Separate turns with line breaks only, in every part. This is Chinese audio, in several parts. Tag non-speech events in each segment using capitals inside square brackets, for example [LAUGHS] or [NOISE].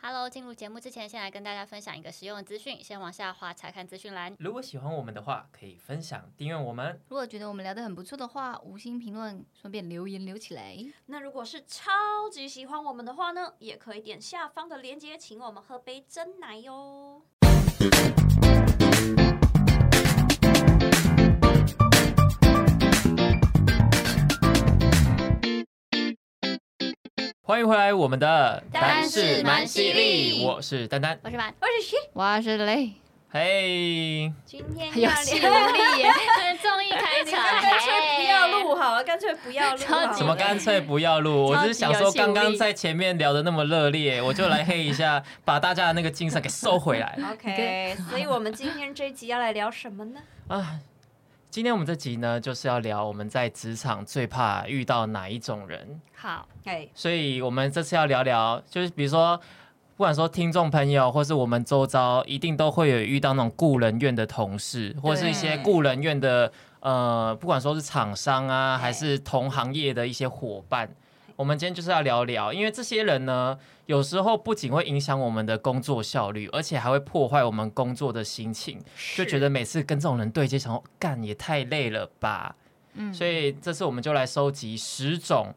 Hello，进入节目之前，先来跟大家分享一个实用的资讯，先往下滑查看资讯栏。
如果喜欢我们的话，可以分享、订阅我们。
如果觉得我们聊得很不错的话，五星评论，顺便留言留起来。
那如果是超级喜欢我们的话呢，也可以点下方的链接，请我们喝杯真奶哟。
欢迎回来，我们的
丹氏蛮犀利
我是丹丹。
我
[LAUGHS]
是蛮，
而且
哇，是嘞，
嘿、
今天
哎有
要
气
聊
无力 [LAUGHS] 耶！
综艺开
[LAUGHS] 你
场，
们干脆不要
哎
录好了，干脆不要录好
超级
怎么
了。
干脆不要录？我
超
只
级
是想
有
说，
气无
刚刚
力
在前面聊的那么热烈，我就来黑一下，把大家的那个精神给收回来
[LAUGHS]
OK，所以我们今天这集要来聊什么呢？
啊！今天我们这集呢，就是要聊我们在职场最怕遇到哪一种人。
好，
哎，
所以我们这次要聊聊，就是比如说，不管说听众朋友，或是我们周遭，一定都会有遇到那种雇人院的同事，或是一些
对
雇人院的呃，不管说是厂商啊，
对
还是同行业的一些伙伴。我们今天就是要聊聊，因为这些人呢，有时候不仅会影响我们的工作效率，而且还会破坏我们工作的心情，就觉得每次跟这种人对接，想说干也太累了吧。
嗯，
所以这次我们就来收集十种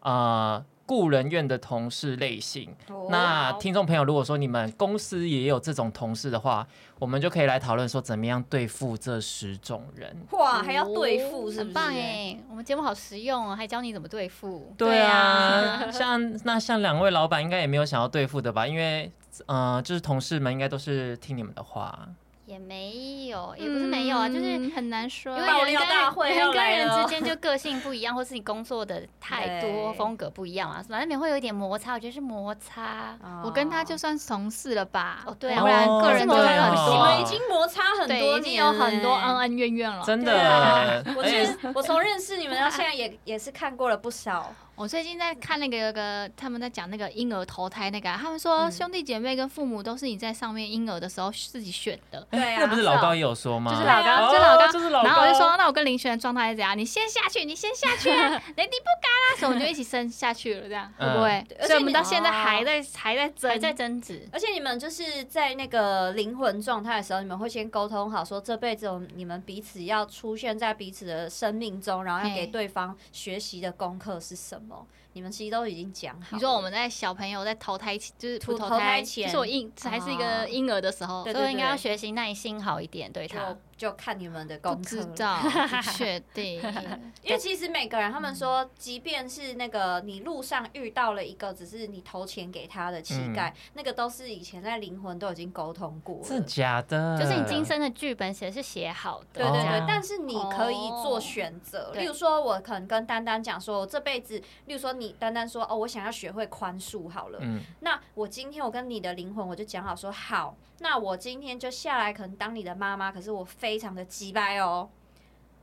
呃雇人院的同事类型。
哦
那听众朋友，如果说你们公司也有这种同事的话，我们就可以来讨论说怎么样对付这十种人。
哇，还要对
哦
付是不
哦很
是？
棒哎！我们节目好实用哦，还教你怎么对付。
对啊，像那像两位老板应该也没有想要对付的吧？因为呃，就是同事们应该都是听你们的话，
也没有，也不是没有啊，就是
嗯很难说
因
爆
为人
料
跟
大会
人
要
跟
来
人
了
之间就个性不一样，或是你工作的太多
[LAUGHS] 对
风格不一样啊，难免会有一点摩擦。我觉得是摩擦，
哦
我跟他就算同事了吧？
哦对啊
不然
哦
个人
对
就会很
哦
哎你们
多，
已经摩擦很
对，
多
已经
年
有很多嗯
嘞
恩恩怨怨了。
真的。
对啊我
哎
其实我从认识你们到现在也也是看过了不少，
我最近在看那个有个他们在讲那个婴儿投胎那个啊，他们说
嗯
兄弟姐妹跟父母都是你在上面婴儿的时候自己选的。
哎
对啊
那不是老高也有说吗？
就是老
对啊
高，就是老
哦
高，
就是老高
然后我就说，那我跟林璇的状态是怎样？你先下去，你先下去 [LAUGHS] 啊，雷迪不敢啦，所以我们就一起升下去了，这样会
嗯
不会
对而？且
所以我
你
们到现在
哦
还在还在争，
还在争执。
而且你们就是在那个灵魂状态的时候，你们会先沟通好，说这辈子我们你们彼此要出现在彼此的生命中，然后要给
嘿
对方学习的功课是什么？你们其实都已经讲好了。
你说我们在小朋友在投胎前，就是
投
投
投胎
前，啊
前
就是我婴还是一
哦
个婴儿的时候
对，
所以应该要学习耐心好一点对他
就。就看你们的
不
功课
知
了。 [LAUGHS]
道，不确定， [LAUGHS]
因为其实每个人，他们说，即便是那个你路上遇到了一个，只是你投钱给他的乞丐，那个都是以前在灵魂都已经沟通过
真
了
的。假的？
就是你今生的剧本写是写好的，
对
哦
对
这
对，
样
但是你可以
哦
做选择，例如说，我可能跟丹丹讲说，我这辈子，例如说你丹丹说，哦，我想要学会宽恕好了，
[LAUGHS] 嗯，
那我今天我跟你的灵魂，我就讲好说好，那我今天就下来，可能当你的妈妈，可是我非常的鸡掰哦，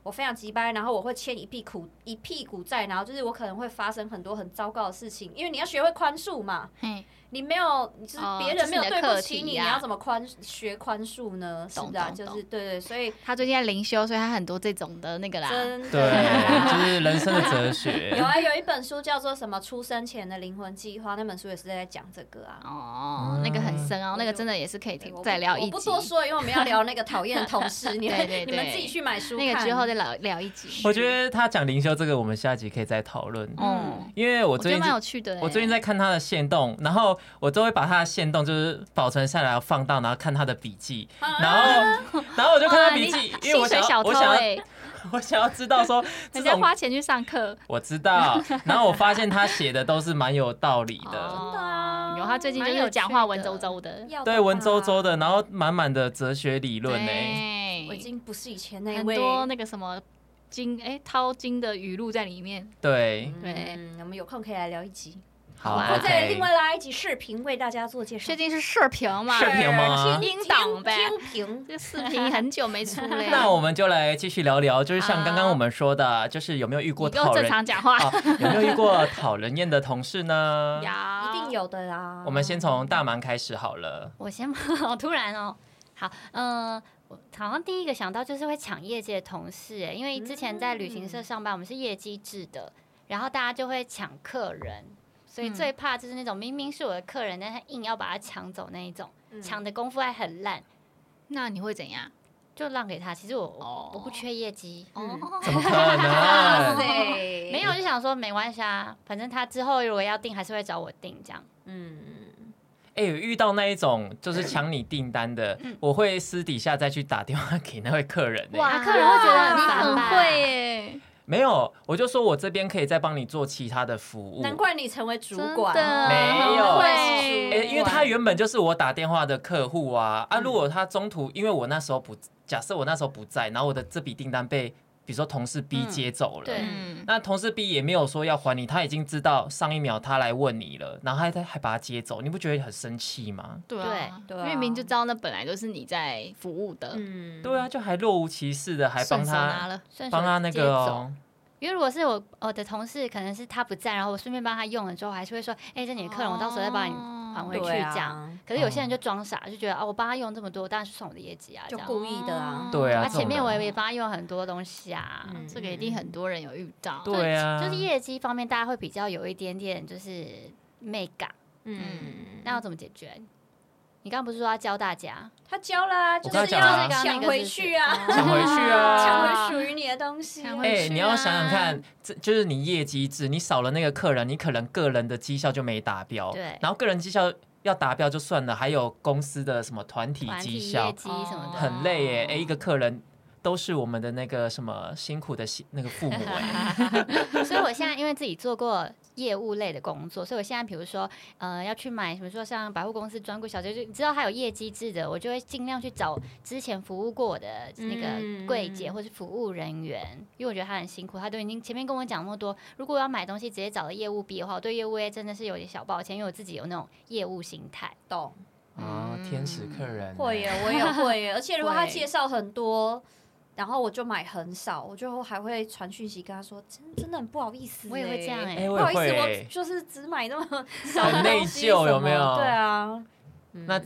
我非常鸡掰，然后我会欠一屁股一屁股债，然后就是我可能会发生很多很糟糕的事情，因为你要学会宽恕嘛，
嘿，
你没有，你就是
哦
别人没有
这是你
对
的
不
课
起
题
你，你
呀
要怎么宽学宽恕呢？是
懂
的啊，
懂
就
懂
是对对，所以
他最近在灵修，所以他很多这种的那个啦，
真的。
对，就是人生的哲
[LAUGHS]
学。
有啊，有一本书叫做什么《出生前的灵魂计划》，那本书也是在讲这个啊。
哦，那个很深
我
奥，那个
就
真的也是可以
对
听
我不
再聊一
我不
集，
多说，因为我们要聊那个讨厌的同
[LAUGHS]
事，你们
对对对
你们自己去买书看。
那个之后再聊聊一集。
我觉得他讲灵修这个，我们下集可以再讨论。
嗯，
因为我
我觉
最
得
近
蛮有趣的欸。
我最近在看他的线动，然后我都会把他的线动就是保存下来，放大，然后看他的笔记，
啊
啊
然后然后我就看他笔记，因为我
薪啊水
想
小
要
偷
我想要
欸，
[LAUGHS] 我想要知
[LAUGHS]
道说这
人家
种
花钱去上课。
我知
[LAUGHS]
道，然后我发现他写的都是蛮有道理的，
哦
的啊
有他最近就
蛮有
是讲
趣
话文
的
绉绉的，
要
对，
吧
文绉绉。的，然后满满的哲学理论欸呢、
对
我已经不是以前那
很
位。
多那个什么金哎掏金的语录在里面。
对，
对
嗯，我们有空可以来聊一集，
好
啊
我再另
，OK，
外拉一集视频为大家做介绍。
最近是视频嘛，
视频吗
听听档呗
听评
[LAUGHS] 这个视频很久没出
[LAUGHS]
嘞。
那我们就来继续聊聊，就是像刚刚我们说的，就是有没有遇过
你给我
讨
正
人
常讲话，
啊，有没有遇过讨人厌的同事呢？
[LAUGHS] 呀，
一定。有的啊啦。
我们先从大忙开始好
[LAUGHS]
了。
我先 [LAUGHS] 好突然哦，好，嗯、我好像第一个想到就是会抢业界的同事哎，因为
嗯
之前在旅行社上班，我们是业绩制的，然后大家就会抢客人，所以
嗯
最怕就是那种明明是我的客人，但他硬要把他抢走那一种，
嗯
嗯
抢的功夫还很烂，
那你会怎样？
就让给他。其实我
哦
我我不缺业绩，
嗯
哦，
怎么可
[LAUGHS]
哇
能？
塞，
没有就想说没关系啊，反正他之后如果要订还是会找我订这样。
嗯，
哎、有遇到那一种就是抢你订单的，
嗯
我会私底下再去打电话给那位客人、欸。
哇客人会觉得很
哇
烦
哎你
吧
很会耶，
没有，我就说我这边可以再帮你做其他的服务。
难怪你成为主
真
管，
的
啊
没有
很
哎
哎、
会
因为
嗯
他原本就是我打电话的客户啊啊！
嗯
如果他中途，因为我那时候不，假设我那时候不在，然后我的这笔订单被比如说同事 B
嗯
接走了，
对
嗯，
那同事 B 也没有说要还你，他已经知道上一秒他来问你了，然后还还把他接走，你不觉得很生气吗？
嗯
对啊，
对
因
对啊
为明明就知道那本来就是你在服务的，
嗯，
对啊，就还若无其事的还帮
顺手拿
他
了，
顺手
帮他那
接
个
走。
哦，
因为如果是我我的同事，可能是他不在，然后我顺便帮他用了之后，还是会说，哎、这你的客人，我到时候再帮你还回去
对啊
这样。可是有些人就装傻，就觉得哦，我帮他用这么多，当然是算我的业绩啊，这
就
样。
故意的啊，
对啊
啊，
这种
前面
人
我也帮他用很多东西啊，
嗯
这个一定很多人有遇
[LAUGHS]
到，
对啊，
就是业绩方面，大家会比较有一点点就是媚感，
嗯，
那要怎么解决？你刚刚不是说要教大家？
他教啦，就
我刚
是
才讲了
要
啊
抢回去啊，
抢回去啊，
[LAUGHS] 抢回属于你的东西啊，
抢回
哎、
去
你要想想
啊
看，这就是你业绩制，你少了那个客人，你可能个人的绩效就没达标。
对
然后个人绩效要达标就算了，还有公司的什么团体
团
绩
体业
效，
绩
哦
什么的，
很累耶。哎、一个客人都是我们的那个什么辛苦的辛那个父母
[LAUGHS]
哎。
所以我现在因为自己做过业务类的工作，所以我现在比如说呃要去买，比如说像百货公司专柜小姐，就你知道它有业绩制的，我就会尽量去找之前服务过我的那
嗯
个柜姐或是服务人员，因为我觉得他很辛苦，他都已经前面跟我讲那么多。如果我要买东西直接找了业务 B 的话，我对业务 A 真的是有点小抱歉，因为我自己有那种业务心态。
懂。
啊，天使客人哎
嗯会耶，我也会耶，而且如果他
会
介绍很多，然后我就买很少，我就还会传讯息跟他说，真真的很不好意思，
我也会这样
哎，
哎、
哎、
不
我也
好意思，
会
我
哎。
就是只买那么少的
很内
东西
疚
什
有
么
没有
对啊，嗯
那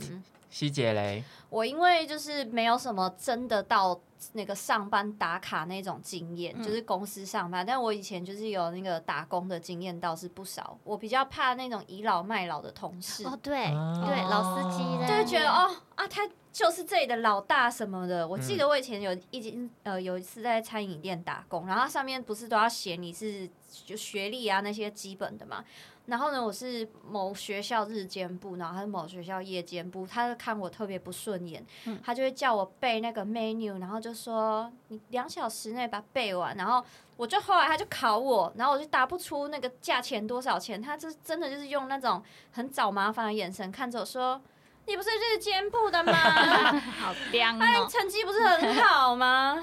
希姐嘞，
我因为就是没有什么真的到那个上班打卡那种经验，
嗯
就是公司上班，但我以前就是有那个打工的经验倒是不少。我比较怕那种倚老卖老的同事，
哦，对、
啊
对，老司机
就
的，
就会
是
觉得哦啊，他就是这里的老大什么嗯的。我记得我以前有一经呃有一次在餐饮店打工，然后上面不是都要写你是就学历啊那些基本的嘛。然后呢，我是某学校日间部，然后他是某学校夜间部，他就看我特别不顺眼，
嗯
他就会叫我背那个 menu，然后就说你两小时内把它背完，然后。我就后来他就考我，然后我就答不出那个价钱多少钱，他就是真的就是用那种很找麻烦的眼神看着我说：“你不是日间部
[LAUGHS]
的吗？
好刁
哎，你
哦，
成绩不是很好吗？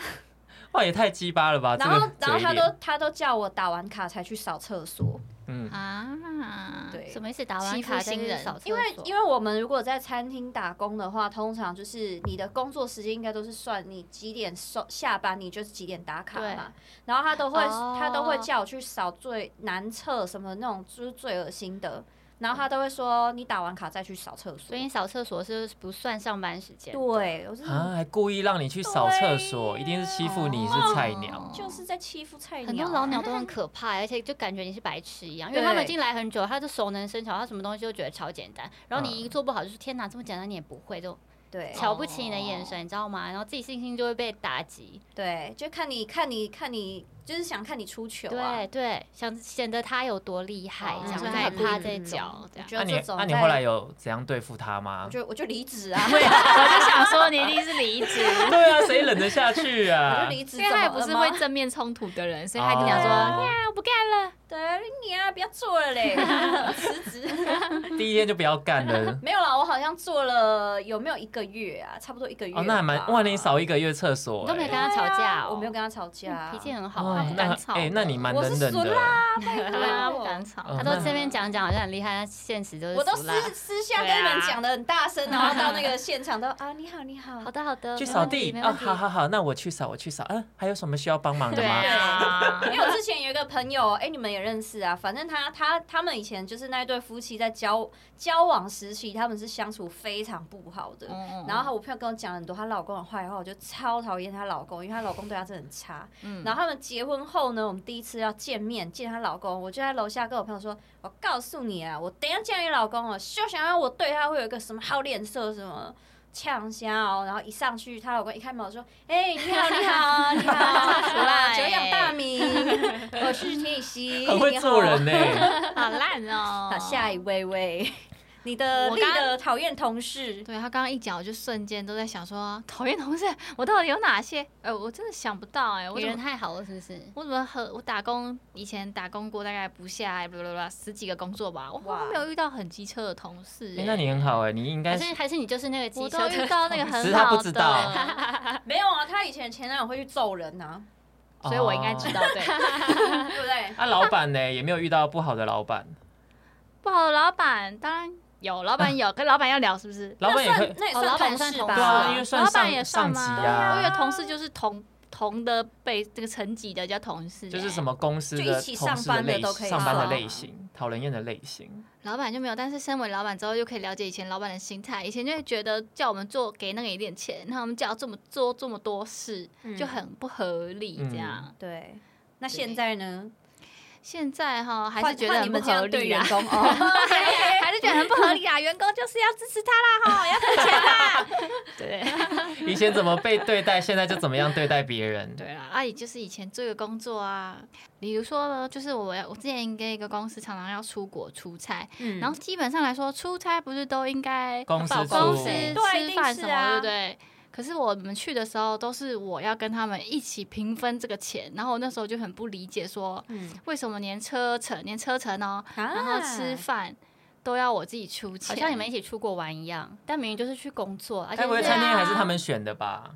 哇，也太鸡巴了吧！
然
啊这
后
个，
然后
嘴
他
脸
都他都叫我打完卡才去扫厕所。
嗯，
啊，
对，
什么意思？打
欺
完
负
卡再
新
去
人
扫厕
因为
所
因为我们如果在餐厅打工的话，通常就是你的工作时间应该都是算你几点收下班，你就是几点打卡嘛。然后他都会、
哦
他都会叫我去扫最男厕什么那种就是最恶心的，然后他都会说你打完卡再去扫厕所
所以。你扫厕所是不算上班时间，
对，我真
啊，
的
还故意让你去扫厕所，
对哦
一定是欺负你是菜鸟。
就是在欺负菜鸟啊，
很多老鸟都
[LAUGHS]
很可怕，而且就感觉你是白痴一样，因为
对
他们已经来很久，他就熟能生巧，他什么东西都觉得超简单。然后你一做不好，就是天哪，这么简单你也不会，就
嗯对
瞧不起你的眼神，你知道吗？然后自己信心就会被打击。
对，就看你看你看你，就是想看你出糗啊。
对对，想显得他有多厉害
哦，
这样
所以
很
他
害
也
怕
不
这
赢
种。
这样
就
那、啊你
这种
那、你
在
后来有怎样对付他吗
我？就我就离职
[LAUGHS]
啊，
我就想说你一定是离职，
对啊，谁忍得下去
我
啊
就？离职，
因为他也不
[LAUGHS]
是会
怎么了吗
正面冲突的人，所以他一定想说，
哦
呀，我不干了，
对你啊，不要做了嘞，辞职。。
第一天就不要干了
[LAUGHS] 没有啦，我好像做了有没有一个月啊？差不多一个月吧。啊
哦，那还蛮哇！你扫一个月厕所、
你
欸，
都没跟他吵架哦，
我没有跟他吵架，
脾气很好
哦
啊，
不，敢
那
吵
哎、
的
那你蛮能忍
我是
的
俗。
[LAUGHS]
对啊，不敢吵，
哦
他都这边讲讲好像很厉害，但现实就是
我都
俗辣啊
私私下跟你们讲的很大声，然后到那个现场都啊你好你好
好，的好的，
去
没
扫
问
地
题没
啊！
问题
好好好，那我去扫，我去扫。嗯、还有什么需要帮忙的
对
吗？
啊，
因为我之前有一个朋友，哎、你们也认识啊。反正他他他们以前就是那一对夫妻在交交往时期，他们是相相处非常不好的。
嗯
然后我朋友跟我讲了很多她老公的坏话，我就超讨厌她老公，因为她老公对她真的很差。
嗯
然后他们结婚后呢，我们第一次要见面见她老公，我就在楼下跟我朋友说：“我告诉你啊，我等一下见到你老公哦，休想让我对他会有一个什么好脸色什么。”呛虾哦，然后一上去，她老公一开门我说：“哎、你好，你好，你好，我久仰
[LAUGHS]
大名，我是田以希，
很 [LAUGHS] 会做
[LAUGHS]
人呢、
好烂哦。
好，下一位喂，你的
我
你
刚
的讨厌同事，
对他刚刚一讲，我就瞬间都在想说，讨厌同事， [LAUGHS] 我到底有哪些？哎、我真的想不到哎、我
你
怎
人
么
太好了，是不是？
我怎么和我打工以前打工过大概不下不不不十几个工作吧，我
哇
我没有遇到很机车的同事、哎
诶那你很好哎、你应该
还是还是你就是那个机
我
车
都
的
遇到那个
只
很
是他
好
不知道
的，
没有啊，她以前前男友会去揍人啊呐、
[LAUGHS] 所以我应该知道
哦
对。
啊，对不对？
啊，老板呢也没有遇到不好的老板，
[LAUGHS] 不好的老板当然有，老板有，跟老板要聊是不是？
老板也可以，
那也
哦老板
算同
算
事
同
吧？
事
对啊，因为算
老板
上
也
上
算
级啊
吗？啊
呀、
我有同事就是同同的被这个层级的叫同事、
就是
哎
什么公司
就一
的
起
同
上
事
班的
类
都可以
上班的
算
类型，讨人厌的类型。
老板就没有，但是身为老板之后，就可以了解以前老板的心态。以前就会觉得叫我们做给那个一点钱，那我们叫这么做这么多事，
嗯
就很不合理这样。
对。那现在呢？
现在哈还
换
是觉得
换你
很不
们这
合
样对
理
员
啊，
工
[LAUGHS]
哦，
还是觉得很不合理
[LAUGHS]
啊。员工就是要支持他啦哈，要付钱啦。对
以前怎么被对待，现在就怎么样对待别人。
对啦，阿姨就是以前做一个工作啊，比如说呢，就是我我之前跟一个公司常常要出国出差，
嗯
然后基本上来说，出差不是都应该
公司
报
出
公司
对
一定
吃饭
是
什么，
啊
对不对？可是我们去的时候，都是我要跟他们一起平分这个钱，然后我那时候就很不理解说，
嗯，啊
为什么连车程、连车程哦，然
然
后吃饭都要我自己出钱，
好像你们一起出国玩一样，但明明就是去工作，而且
该不
是
会餐厅
啊
还是他们选的吧？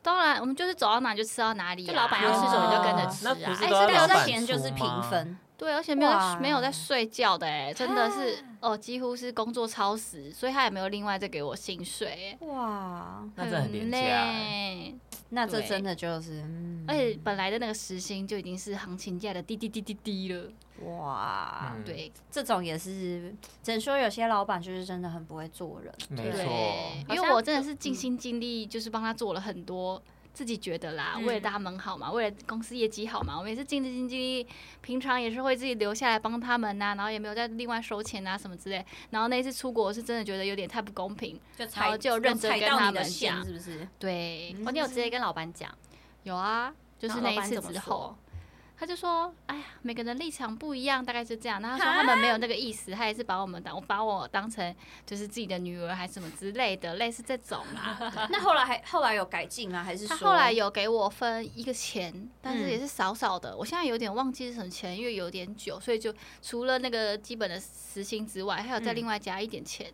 当然我们就是走到哪就吃到哪里啊、
就老板要吃什么你就跟着吃啊
那不是
哎，
都要
这
老
个
板
是钱就是
出
平
吗。
分，
对，而且没有
哇
在没有在睡觉的哎、真的是、哦，几乎是工作超时，所以他也没有另外再给我薪水、
哇，
哎，
那真的很廉价欸。
累。
那这
对
真的就是，嗯
而且本来的那个时薪就已经是行情价的滴滴滴滴滴了，
哇，
嗯
对，
这种也是，只能说有些老板就是真的很不会做人，
没
对
错，
好
因为
像
我真的是尽心尽力，就是帮他做了很多。自己觉得啦，
嗯
为了他们好嘛，为了公司业绩好嘛，我们也是尽尽尽力，平常也是会自己留下来帮他们呐、然后也没有再另外收钱啊什么之类。然后那一次出国，我是真的觉得有点太不公平。
就
然
踩
后就认真
踩
跟
到
他
你的
们
线，
讲
是不是？
对，
哦，你有直接跟老板讲，
嗯有啊，就是那一次
然后老板
之
怎么说
后，他就说：“哎呀，每个人立场不一样，大概就这样。”然后他说他们没有那个意思，他也是把我们当把我当成就是自己的女儿还是什么之类的，类似这种啦。
[LAUGHS] 那后来还后来有改进吗？还是
他
说
后来有给我分一个钱，但
嗯
是也是少少的。我现在有点忘记是什么钱，因为有点久，所以就除了那个基本的时薪之外，还有再
嗯
另外加一点钱。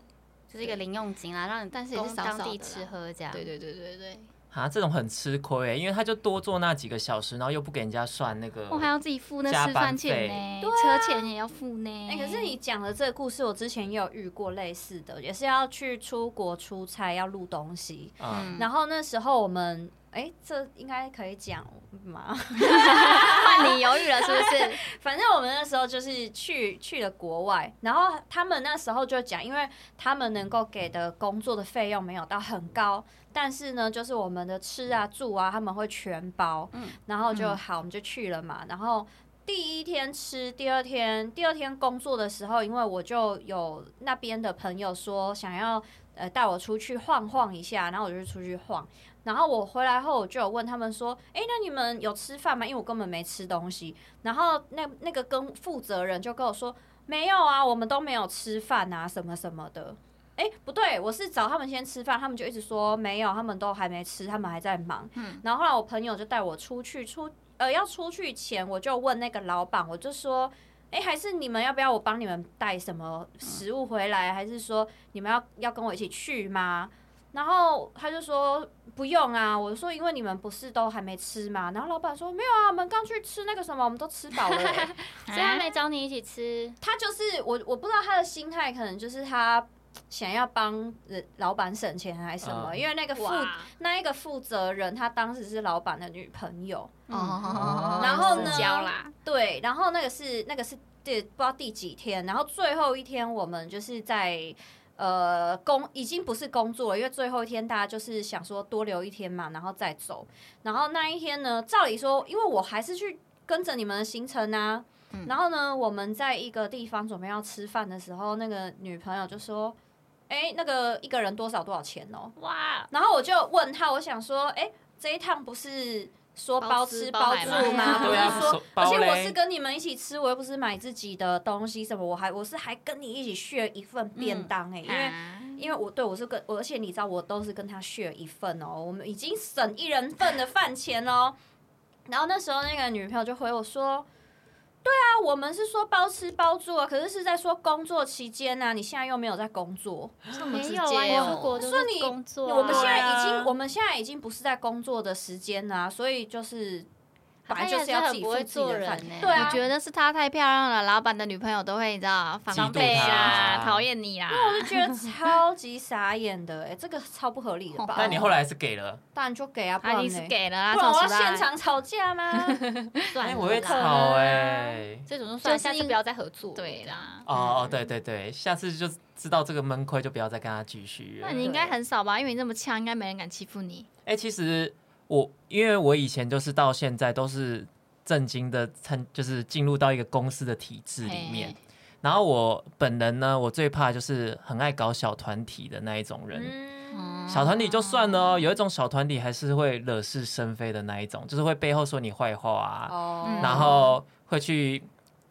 就是一个零用金啦，让你
但是也是
供
少
当
少
地
的
吃
啦
喝这样。
对对对对对，
啊，这种很吃亏欸，因为他就多做那几个小时，然后又不给人家算那个
哦我。还要自己付那
加
吃
班
饭钱
费
呢，
对啊
车钱也要付呢。
哎、可是你讲的这个故事，我之前也有遇过类似的，也是要去出国出差要录东西，
嗯，
然后那时候我们，哎、这应该可以讲嘛？
换你犹豫了是不是？
[LAUGHS] 反正我们那时候就是去去了国外，然后他们那时候就讲，因为他们能够给的工作的费用没有到很高，但是呢，就是我们的吃啊住啊他们会全包，
嗯
然后就好，我们就去了嘛，然后。第一天吃，第二天第二天工作的时候，因为我就有那边的朋友说想要呃带我出去晃晃一下，然后我就出去晃。然后我回来后，我就有问他们说：“诶，那你们有吃饭吗？”因为我根本没吃东西。然后那那个跟负责人就跟我说：“没有啊，我们都没有吃饭啊，什么什么的。”诶，不对，我是找他们先吃饭，他们就一直说没有，他们都还没吃，他们还在忙。嗯，然后后来我朋友就带我出去，出呃要出去前，我就问那个老板，我就说。诶，还是你们要不要我帮你们带什么食物回来？还是说你们要要跟我一起去吗？然后他就说不用啊，我说因为你们不是都还没吃吗？然后老板说没有啊，我们刚去吃那个什么，我们都吃饱了欸、
[LAUGHS] 所以他
啊
没找你一起吃，
他就是我，我不知道他的心态，可能就是他想要帮人老板省钱还是什么，
嗯
因为那个负
哇
那一个负责人，他当时是老板的女朋友，
哦
嗯然后呢
私交啦，
对，然后那个是那个是第不知道第几天，然后最后一天我们就是在。呃工已经不是工作了，因为最后一天大家就是想说多留一天嘛，然后再走。然后那一天呢，照理说，因为我还是去跟着你们的行程啊。然后呢，我们在一个地方准备要吃饭的时候，那个女朋友就说：“哎、那个一个人多少多少钱哦、
哇，
然后我就问他，我想说，哎、这一趟不是说包吃
包
包
吃
住
包买
吗？
[LAUGHS]
[LAUGHS]
吗
不
对啊，
是说，
手
而
包
且我
嘞
是跟你们一起吃，我又不是买自己的东西什么，我还我是还跟你一起 share 一份便当哎、
嗯
因为。
为
因为我对我是跟，我而且你知道我都是跟他 share 一份哦，我们已经省一人份的饭钱哦。然后那时候那个女朋友就回我说：“对啊，我们是说包吃包住啊，可是是在说工作期间呐、啊，你现在又没有在工作，
这么
没
直
有啊，
接
你出
哦，
国都
所以
是
你
工作啊，
我们现在
对
已
啊
经、我们现在已经不是在工作的时间啦、所以就是本来就是要自己
不
付
会
自己
做
的
人欸
饭
呢、
对啊
我觉得是她太漂亮了，老板的女朋友都会你知道防
嫉妒
备
她
啊，讨厌你啊。
[LAUGHS] 我就觉得超级傻眼的、哎，这个超不合理的吧？
但你后来是给了，
当然就给啊，不
他
然
一
呢
定是给了啊，
不然我要
这种时代
现场吵架吗？
算
哎，
了
我会
啦
吵哎。
这种就算了，
就是
下次
因
不要再合作。
对
这样，
啦。
哦哦，对对对，下次就知道这个闷亏，就不要再跟他继续了。
那你应该很少吧？因为你这么呛，应该没人敢欺负你。
哎、其实我因为我以前就是到现在都是震惊的参，就是进入到一个公司的体制里面
嘿。
然后我本人呢，我最怕就是很爱搞小团体的那一种人。
嗯，
小团体就算了哦，有一种小团体还是会惹是生非的那一种，就是会背后说你坏话啊，
哦
嗯
然后会去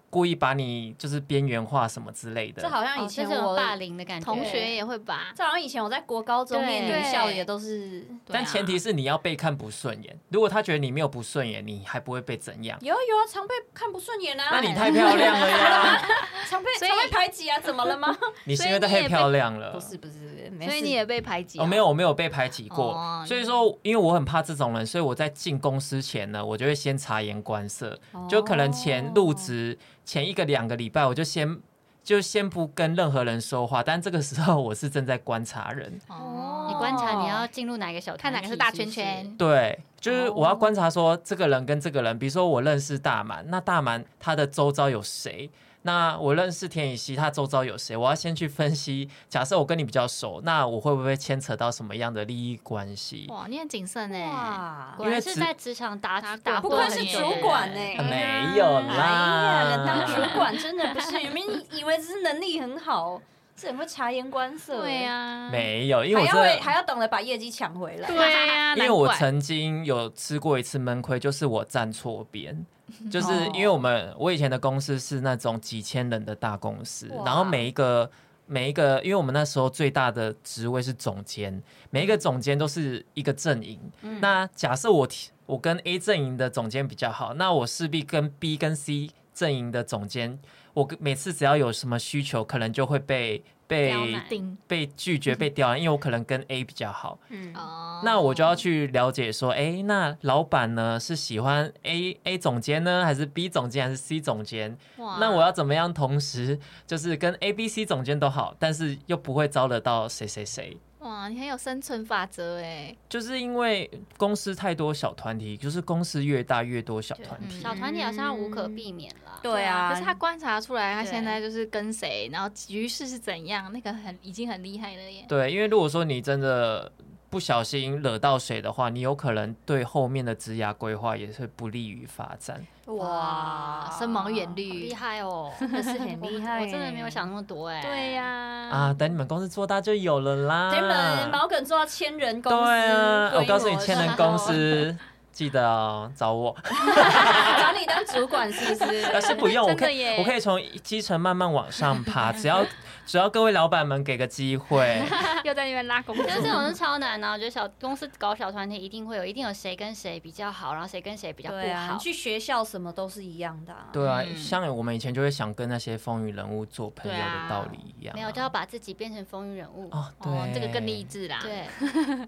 故意把你就是边缘化什么之类的。
这好像
哦
以前
这种
我
霸凌的感觉，
同学也会吧？
这好像以前我在国高中念
对
女校也都是
对啊
但前提是你要被看不顺眼，如果他觉得你没有不顺眼，你还不会被怎样。
有啊有啊，常被看不顺眼啊，
那你太漂亮了呀！
[LAUGHS] 常被
所以
常被排挤啊，怎么了吗？
[LAUGHS] 你是因为太漂亮了，
不是不是，没
所以
事
你也被排挤、啊
我、哦、没有，我没有被排挤过。
哦
所以说，因为我很怕这种人，所以我在进公司前呢，我就会先察言观色，
哦
就可能前入职前一个两个礼拜，我就先就先不跟任何人说话。但这个时候我是正在观察人，
哦
你观察你要进入哪一个小团体，
看哪个是大圈圈，
对，就是我要观察说这个人跟这个人，比如说我认识大满，那大满他的周遭有谁？那我认识田以希，他周遭有谁？我要先去分析。假设我跟你比较熟，那我会不会牵扯到什么样的利益关
哦
系？
哇，你很谨慎哎，
哇
是不是。果然
因为
是
职
在职场打
打
打
不
过
过
愧
很
是
久
主
的人
管呢、欸，
没有
哎呀，能当
啦，
主管真的不是，你们以为只是能力很
[LAUGHS]
好，是很会察言观色、
对、呀、
没有，因为
还
我
要
真
会
的，
还要懂得把业绩抢回来。
对呀、
[LAUGHS] 因为
难
我
怪
曾经有吃过一次闷亏，就是我站错边。就是因为我们我以前的公司是那种几千人的大公司
哇，
然后每一个每一个，因为我们那时候最大的职位是总监，每一个总监都是一个阵营。那假设我提我跟 A 阵营的总监比较好，那我势必跟 B 跟 C 阵营的总监，我跟每次只要有什么需求，可能就会被
刁
被
难
定
被拒绝被刁难，因为我可能跟 A 比较好。
嗯，
哦
那我就要去了解说，哎、那老板呢是喜欢 A A 总监呢，还是 B 总监，还是 C 总监？
哇
那我要怎么样同时就是跟 A、B、C 总监都好，但是又不会招惹到谁谁谁？
哇，你很有生存法则哎，
就是因为公司太多小团体，就是公司越大越多小团体
嗯。
小团体好像无可避免啦。
对啊。
可是他观察出来，他
对
现在就是跟谁，然后局势是怎样，那个很已经很厉害了耶。
对，因为如果说你真的不小心惹到谁的话，你有可能对后面的职涯规划也是不利于发展。
哇，
深谋远
好
虑
厉，害
[LAUGHS]
哦，
真是很厉害
[LAUGHS]
我真的没
欸
有想那么多哎。
对呀、
啊，等你们公司做大就有了啦。
等你们毛梗做到千人公司，
对啊，我
规模
告诉你，千人公
[LAUGHS]
司记得哦，找
[LAUGHS]
我。
找你当主管是不是？
但是不用，我
真的
可以，
耶
我可以从基层慢慢往上
[LAUGHS]
爬，只要只要各位老板们给个机会。
[LAUGHS] 又在那边拉工作
可，
[LAUGHS]
是这
啊
种是超难啊的、我觉得小公司搞小团体一定会有，一定有谁跟谁比较好，然后谁跟谁比较不
对啊，
好
你。去学校什么都是一样的、啊。
对啊，
嗯
像我们以前就会想跟那些风云人物做朋友
对啊
的道理一样啊。
没有，就要把自己变成风云人物。
哦，
哦
对，，
这个更励。志啦。
对，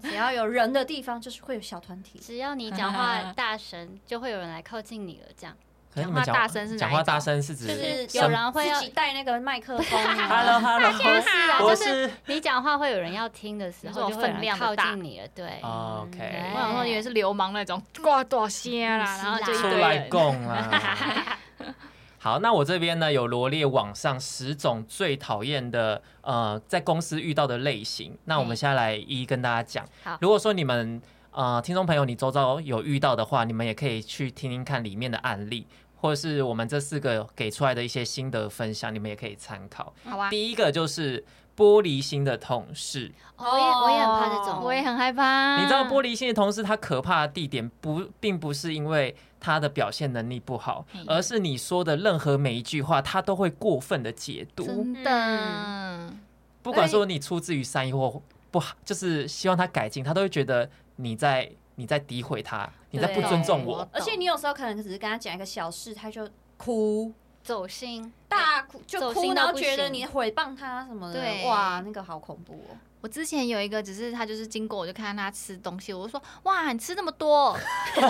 只要有人的地方，就是会有小团体。
只要你讲话大声，就会有人来靠近你了。这样，
可是你们
讲话大声是哪一种
讲话大声是指
就是
什
有人会要
自己带那个麦克
[LAUGHS]
风啊。
Hello Hello，
是啊，
我
就是
是
你讲话会有人要听的时候，
你
就
说
会有
分
人
量的
靠
大
近你了。对，
哦
哎
OK，
我想说，以嗯为是流氓那种，挂多些啦，然后就一
出
堆
来
[LAUGHS] 人。
供啊。好，那我这边呢有罗列网上十种最讨厌的呃在公司遇到的类型，那我们现在来一一跟大家讲。
好
如果说你们呃听众朋友你周遭有遇到的话，你们也可以去听听看里面的案例，或者是我们这四个给出来的一些心得分享，你们也可以参考。
好啊，
第一个就是玻璃心的同事，
我也我也很怕这种，
我也很害怕。
你知
嗯
道玻璃心的同事，他可怕的地点不，并不是因为他的表现能力不好
嗯，
而是你说的任何每一句话，他都会过分的解读。
真的。
嗯，
不管说你出自于善意或不好，就是希望他改进，他都会觉得你在你在诋毁他，你在不尊重我。
而且你有时候可能只是跟他讲一个小事，他就哭
走心，
大哭就
走
哭，
心到
然后
不
觉得
行
你诽谤他什么的，
对
哇，那个好恐怖哦。
我之前有一个，只是他就是经过，我就看到他吃东西，我就说哇，你吃那么 [LAUGHS] 多，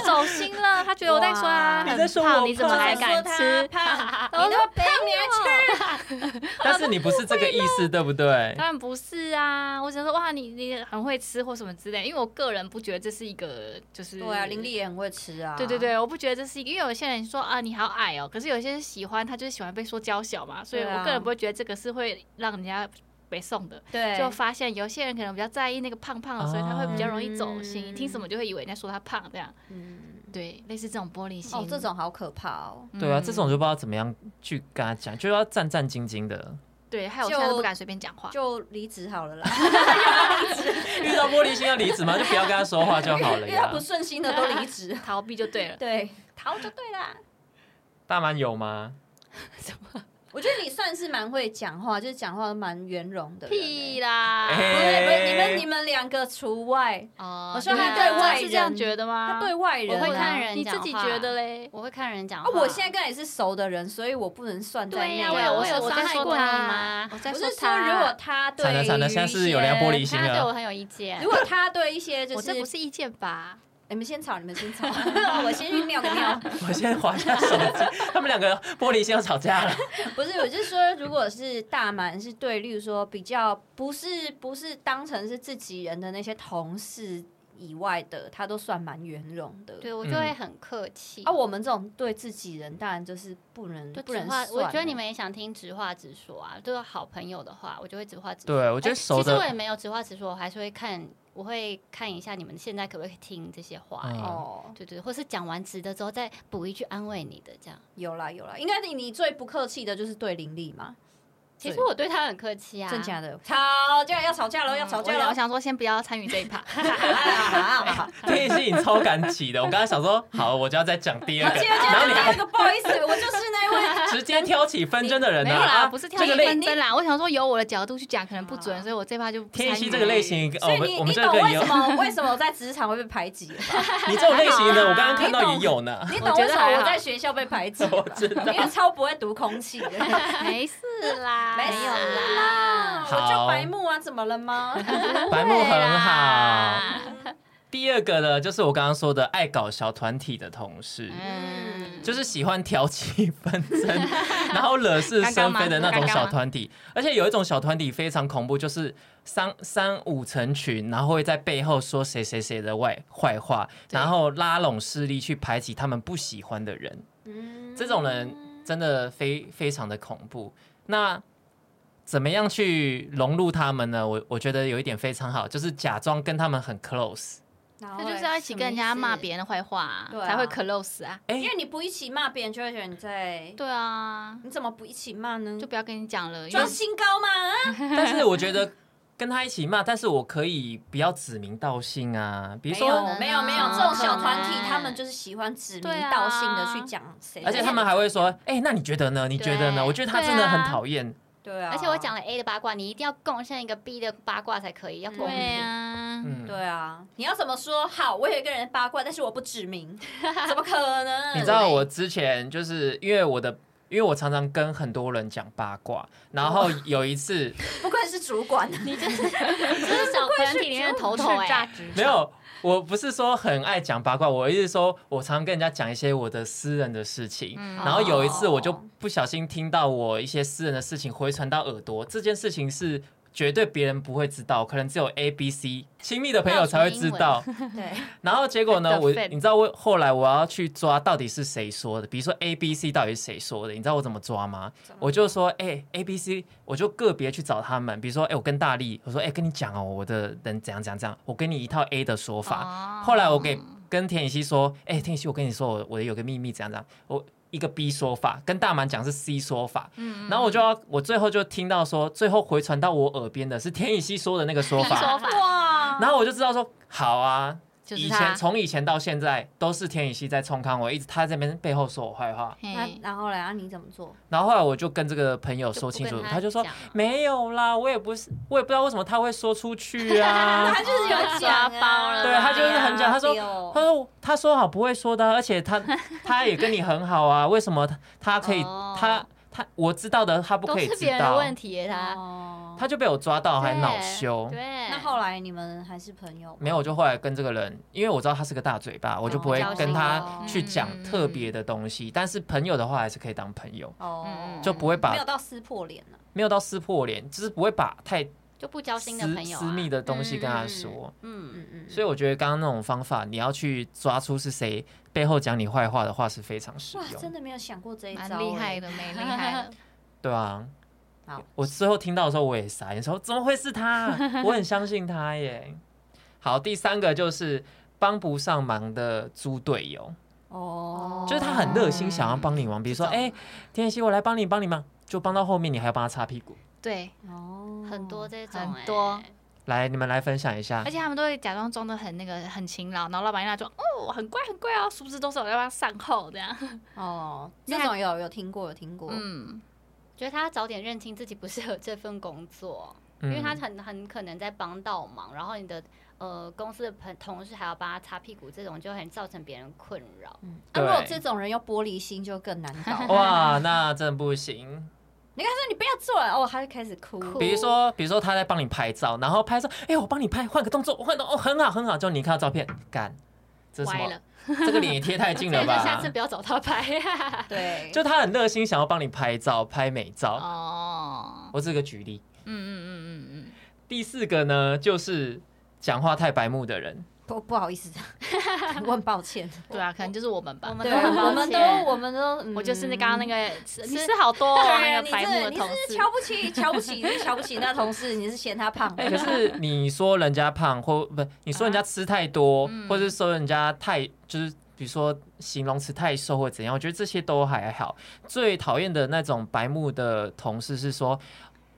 走心了。他觉得我在说他
哇你
很
在说
胖，
我
你怎么
胖
还敢吃？
他胖，
然后
你
说
那么胖你还吃？
但是你不是这个意
[LAUGHS]
思，对不对？
当然不是啊，我只能说哇，你你很会吃或什么之类，因为我个人不觉得这是一个就是
对啊，林立也很会吃啊。
对对，对，我不觉得这是一个，因为有些人说啊你好矮哦，可是有些人喜欢他就是喜欢被说娇小嘛，所以
对啊
我个人不会觉得这个是会让人家被送的。
对，
就发现有些人可能比较在意那个胖胖的，所以他会比较容易走心，
嗯
听什么就会以为人家说他胖这样。
嗯，
对，类似这种玻璃心。
哦，这种好可怕哦。
嗯
对啊，这种就不知道怎么样去跟他讲，就要战战兢兢
[LAUGHS]
的。
对，害我
就
现在都不敢随便讲话。。
就离职好了啦，
遇到玻璃心要离职嘛，就不要跟他说话就好了
[LAUGHS] 因为他
呀
不。顺心的都离职
逃避就对了，
对，逃就对啦。
大蛮有吗？
我觉得你算是蛮会讲话，就是讲话蛮圆融的人欸。
屁啦！
[LAUGHS]
不
哎
是不是，你们你们两个除外，
哦
我希
你
望
对
他
啊
对外
是这样觉得吗？
他对外人、啊，
我会看人
你
讲
自己
话
觉得嘞？
我会看人讲
啊
话。，
我现在跟你是熟的人，所以我不能算在
对
内。
呀、
对
有
我
我
有伤
有伤
害
害
过
过
你
他
吗
我在
不
说
是说
他，
如果他对
惨了惨了
于
现在是
一些
有人要玻璃心
他对
了
我很有意见
[LAUGHS] 如。果他对一些就
我这不
是
是意见吧？
你们先吵，你们先吵， [LAUGHS] 我先去尿个尿。
我先划一下手机，他们两个玻璃心要吵架了。
不是，我是说，如果是大蛮是对，例如说比较不是不是当成是自己人的那些同事以外的，他都算蛮圆融的。
对我就
嗯
会很客气。
啊，我们这种对自己人，当然就是不能
就
不
直
能
话，
算。
我觉得你们也想听直话直说啊。就是好朋友的话，我就会直话直说。
对，我觉
哎
得熟
其实我也
的，
没有直话直说，我还是会看，我会看一下你们现在可不可以听这些话。
嗯
哦，
对对，或是讲完直的之后再补一句安慰你的这样。
有啦有啦，应该你你最不客气的就是对林立嘛，
其实我对他很客气啊，
真假的吵架要吵架了，要吵架
我
了
我，想说先不要参与这一
[LAUGHS]
趴。
啊
这件事情超敢起的。我刚刚想说，好，我就要再讲第二个，
接
然后
着
你
第二
还
个，不好意思，我就是那位。
直接挑起纷争的人
没
呢、
有
啊
啦，不是挑
这
一
个类
纷争啦。我想说由我的角度去讲可能不准，
啊
所以我这趴就不参与
天蝎这个类。型，哦
所
我
以
们
你
我
你
们这
懂
个
为
也有
什，么为什么我在职场会被排挤了吧？
你这种类型的，
还好啊
我刚刚看到也有呢。
你
我
懂
觉得
为什么
还
我
好
在学校被排挤了
我
吧？
知道
因，为超不会读空气的，
[LAUGHS] 没事啦，
没
有啦
事啦，我就
好
白目啊，怎么了吗？
白目很好。
啦。
第二个呢，就是我刚刚说的爱搞小团体的同事，
嗯，
就是喜欢挑起纷争，然后惹是生非的那种小团体。而且有一种小团体非常恐怖，就是三三五成群，然后会在背后说谁谁谁的坏坏话，然后拉拢势力去排挤他们不喜欢的人。
嗯
这种人真的非非常的恐怖。那怎么样去融入他们呢？我我觉得有一点非常好，就是假装跟他们很 close。
然后
这就是要一起跟人家骂别人
人，
的坏话啊
对啊
才会 close 啊。
哎
因为你不一起骂别人，就会觉得你在，
对啊，
你怎么不一起骂呢
就？不要跟你讲了，因为
装清高嘛，啊
但是我觉得跟他一起骂，但是我可以不要指名道姓啊，比如
没有
说，
呢
没有没有，
怎么
这种小团体
可能
他们就是喜欢指
对
名
啊
道姓的去讲谁，
而且他们还会说，哎、那你觉得呢？你觉得呢？
对
我觉得他真的很讨厌。
对啊，
而且我讲了 A 的八卦，你一定要贡献一个 B 的八卦才可以，要公平。
对啊，
嗯，
对啊，你要怎么说？好，我有一个人八卦，但是我不指名，怎么可能？
你知道我之前就是因为我的。因为我常常跟很多人讲八卦，然后有一次
不愧是主管，啊
你就是 [LAUGHS] 就是小团体里面的头头
叱咤
哎、
职场
没有，我不是说很爱讲八卦，我一直说我常跟人家讲一些我的私人的事情，
嗯
然后有一次我就
哦
不小心听到我一些私人的事情回传到耳朵，这件事情是绝对别人不会知道，可能只有 A、B、C 亲密的朋友才会知道。
[LAUGHS] 对，
然后结果呢，
The
我
Fed
你知道我后来我要去抓到底是谁说的，比如说 A、B、C 到底是谁说的，你知道我怎么抓吗？我就说，哎、a B、C，我就个别去找他们，比如说，哎、我跟大力，我说，哎、跟你讲哦，我的人怎样怎样怎样，我给你一套 A 的说法，
哦
后来我给跟田雨希说，哎、田雨希，我跟你说，我我有个秘密，怎样怎样，我一个 B 说法，跟大满讲是 C 说法，
嗯
然后我就要，我最后就听到说，最后回传到我耳边的是田雨希说的那个说
听 [LAUGHS]
法，
说法
哇，
然后我就知道说，好啊。
就是
以
他
前从以前到现在都是田雨希在冲康我，一直他在那边背后说我坏话。
那
嘿
然后嘞，啊，你怎么做？
然后后来我就跟这个朋友
就
说
不
清
跟
楚，
他
他就说
讲了
没有啦，我也不是，我也不知道为什么他会说出去啊。
他就是有
抓
讲
包
啊，哎
了
对他就是很讲，他说
说
他说他说好不会说的啊，而且他他也跟你很好啊，为什么他他可以
哦
他他我知道的他不
都
可以
是
知
别人的
道，
问题耶，他
哦，
他就被我抓到还
对
恼羞。
对，
那后来你们还是朋友吗？
没有，我就后来跟这个人，因为我知道他是个大嘴巴，我就不会跟他
嗯
去讲特别的东西。但是朋友的话，还是可以当朋友，
哦，
就不会把
没有到撕破脸啊呢。
没有到撕破脸，就是不会把太
就不交心的
私
朋友、啊、
私密的东西跟他说。
嗯，
嗯嗯，
所以我觉得刚刚那种方法，你要去抓出是谁背后讲你坏话的话，是非常实
哇，真
用。
的没有想过这一招，
蛮厉害
的。
的，没厉害
[LAUGHS]
的。
对啊
好。
我最后听到的时候，我也傻眼，说怎么会是他？我很相信他耶。好，第三个就是帮不上忙的猪队友。
哦，
就是他很热心想要帮你忙，比如说，哎、田妍希，我来帮你帮你忙，就帮到后面你还要帮他擦屁股。
对，
哦，
[LAUGHS] 很多这种、哎
很多
来，你们来分享一下
而。且他们都会假装装的很那个很勤劳，然后老板一来就哦我很乖很乖哦，殊不知都是我要帮他善后这样。
哦，这种有有听过有听过，
嗯，
觉得他早点认清自己不适合这份工作，
嗯
因为他很很可能在帮倒忙，然后你的呃公司的朋同事还要帮他擦屁股，这种就很造成别人困扰。
嗯，那如果
对
这种人又玻璃心，就更难搞。哇，
哇，那真的不行。
你看他说你不要做了，哦，他就开始哭。
哭
比如说，比如说他在帮你拍照，然后拍照，哎、我帮你拍，换个动作，我换个动作哦，很好很好，就你看到照片，干，这是什
歪
么
了？，
这个脸也贴太近了
所
[LAUGHS]
以就下
吧
次？不要找他拍、 [LAUGHS]
啊对，
就他很热心想要帮你拍照，拍美照。
哦，
我只是个举例。
嗯嗯嗯嗯嗯，
第四个呢，就是讲话太白目的人。
不不好意思，我很抱歉。
对啊，可能就是我们吧
我。们
对，
都很抱
我们都
歉
我们都，嗯
我就是那刚刚那。个，你是好多哦
[LAUGHS] 对
那
啊，
个
你
白目
是
的
你
同
是
事，
瞧不起，瞧不起，你是瞧不起那同事，你是嫌他胖。 [LAUGHS]
哎、可是你说人家胖，或不，你说人家吃太多，
嗯
或者是说人家太就是。比如说形容词太瘦或怎样，我觉得这些都还好。最讨厌的那种白目的同事是说，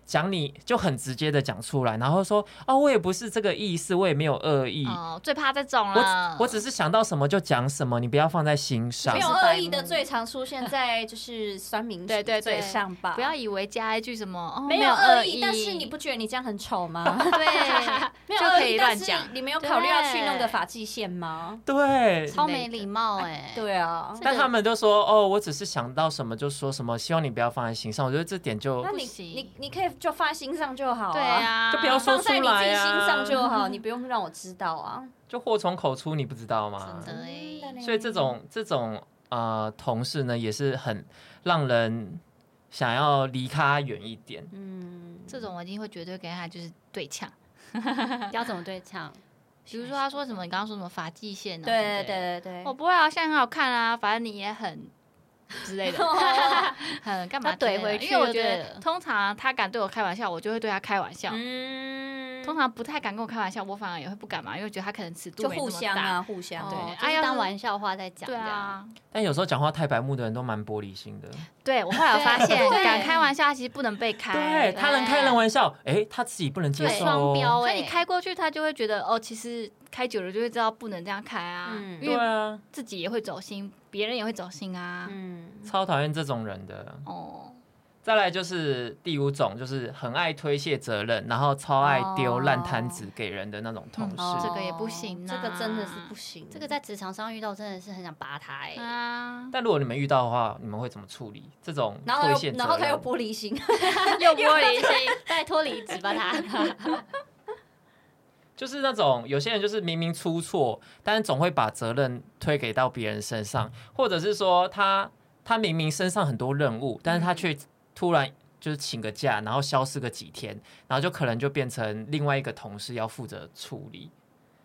讲你就很直接的讲出来，然后说哦，我也不是这个意思，我也没有恶意，
哦，最怕这种
我
了。
只我只是想到什么就讲什么，你不要放在心上
没。有啊
是
恶
白
意的
目
最常出现在就是酸民
对对
嘴
对
上吧。
不要以为加一句什么哦，
没
有
有恶
意，
意，但是你不觉得你这样很丑吗？
对，
啊
没有
[LAUGHS] 就
恶
可
意
以
但
乱
是
讲
你没有考虑要去弄个
对
发际线吗？
对，
超没礼貌哎、 [LAUGHS]
对啊，
这
但
个
他们都说哦，我只是想到什么就说什么，希望你不要放在心上。我觉得这点就
那
不
你
行
你你可以就放在心上就好、啊，
对啊，
就不要说
放在你自
说
己
出来啊
心上就
[LAUGHS]
好，你不用让我知道啊。
就祸从口出，你不知道吗？
真的欸
真的嘞
所以这种这种呃同事呢，也是很让人想要离他远一点。
嗯，
这种我一定会绝对跟他就是对呛。
要怎么对呛？
比如说他说什么，你刚刚说什么发际线呢、
对
不对，
对对
我不会啊，现在很好看啊，反正你也
[LAUGHS]
很之类的，
对，
[LAUGHS] 很干嘛
他怼
之类的
回去
因为我
就
觉
对
得
了
通常他敢对我开玩笑，我就会对他开玩笑。
嗯
通常不太敢跟我开玩笑，我反而也会不敢嘛，因为觉得他可能尺度
就
没那
互
么
相
大。
啊，互相
对
哦，就
哎
是
呀
当玩笑话在讲这
对
样。
啊，
但有时候讲话太白目的人都蛮玻璃心的。
对我后来有发现，
对
敢开玩笑他其实不能被开，
对他能开人玩笑，哎，他自己不能接
对
受
双
哦。
标
所
哎、
以你开过去，他就会觉得哦，其实开久了就会知道不能这样开啊，
嗯
因
对
为
啊，
自己也会走心，别人也会走心啊。
嗯，
超讨厌这种人的。
哦，
再来就是第五种，就是很爱推卸责任，然后超爱丢烂摊子给人的那种同事。
嗯这个也不行
哦这
啊
个真的是不行，
这个在职场上遇到真的是很想拔他哎、
啊，
但如果你们遇到的话，你们会怎么处理这种
然后
推卸
又
责任？
然后他又玻璃
[LAUGHS]
心，[LAUGHS]
又玻 [LAUGHS] 璃心，拜托离职吧他。
就是那种有些人就是明明出错，但是总会把责任推给到别人身上，或者是说他他明明身上很多任务，但是他却突然就是请个假，然后消失个几天，然后就可能就变成另外一个同事要负责处理。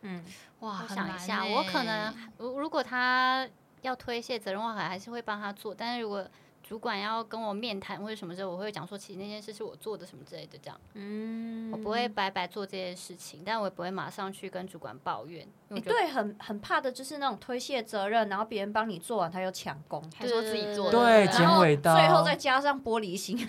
嗯，
哇，
我
很
想一
难
下，
欸
我可能如如果他要推卸责任，我还还是会帮他做。但是如果主管要跟我面谈或者什么时候，我会讲说，其实那件事是我做的什么之类的，这样、
嗯，
我不会白白做这件事情，但我也不会马上去跟主管抱怨。因为我
你
觉得
对很很怕的就是那种推卸责任，然后别人帮你做完，他又抢功，
还说自己做的，
对
然后
剪尾刀
最后再加上玻璃心， [LAUGHS]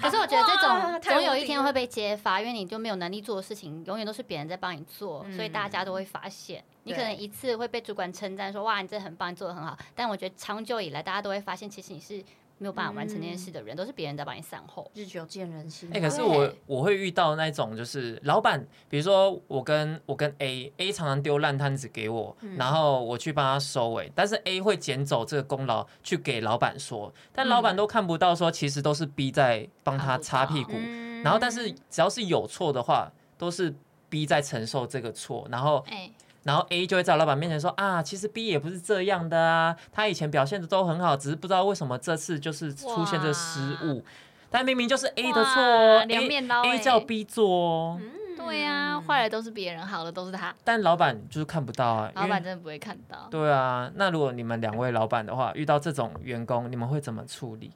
可是我觉得这
啊哇
种
太
总
无
有一
敌
天
了
会被揭发，因为你就没有能力做的事情，永远都是别人在帮你做，所以大家都会发现。你可能
嗯对
一次会被主管称赞说哇，你真的很棒，你做的很好。但我觉得长久以来，大家都会发现，其实你是没有办法完成这
嗯
件事的人，都是别人在帮你善后。
日久见人心。啊
哎、可是
对
我我会遇到那种就是老板，比如说我跟我跟 A，A 常常丢烂摊子给我，然后我去帮他收尾，但是 A 会捡走这个功劳去给老板说，但老板都看不到说其实都是 B 在帮他擦屁股，
嗯
然后但是只要是有错的话，都是 B 在承受这个错，然后
哎，
然后 A 就会在老板面前说啊，其实 B 也不是这样的啊，他以前表现的都很好，只是不知道为什么这次就是出现这失误。但明明就是 A 的错
哇
哦
两
，A
面嗯捞
A
欸
哎
叫 B 做哦，
嗯
对呀，坏的都是别人，好的都是他，
但老板就是看不到啊。因
老板
为
真的不会看到。
对啊，那如果你们两位老板的话，遇到这种员工，你们会怎么处理？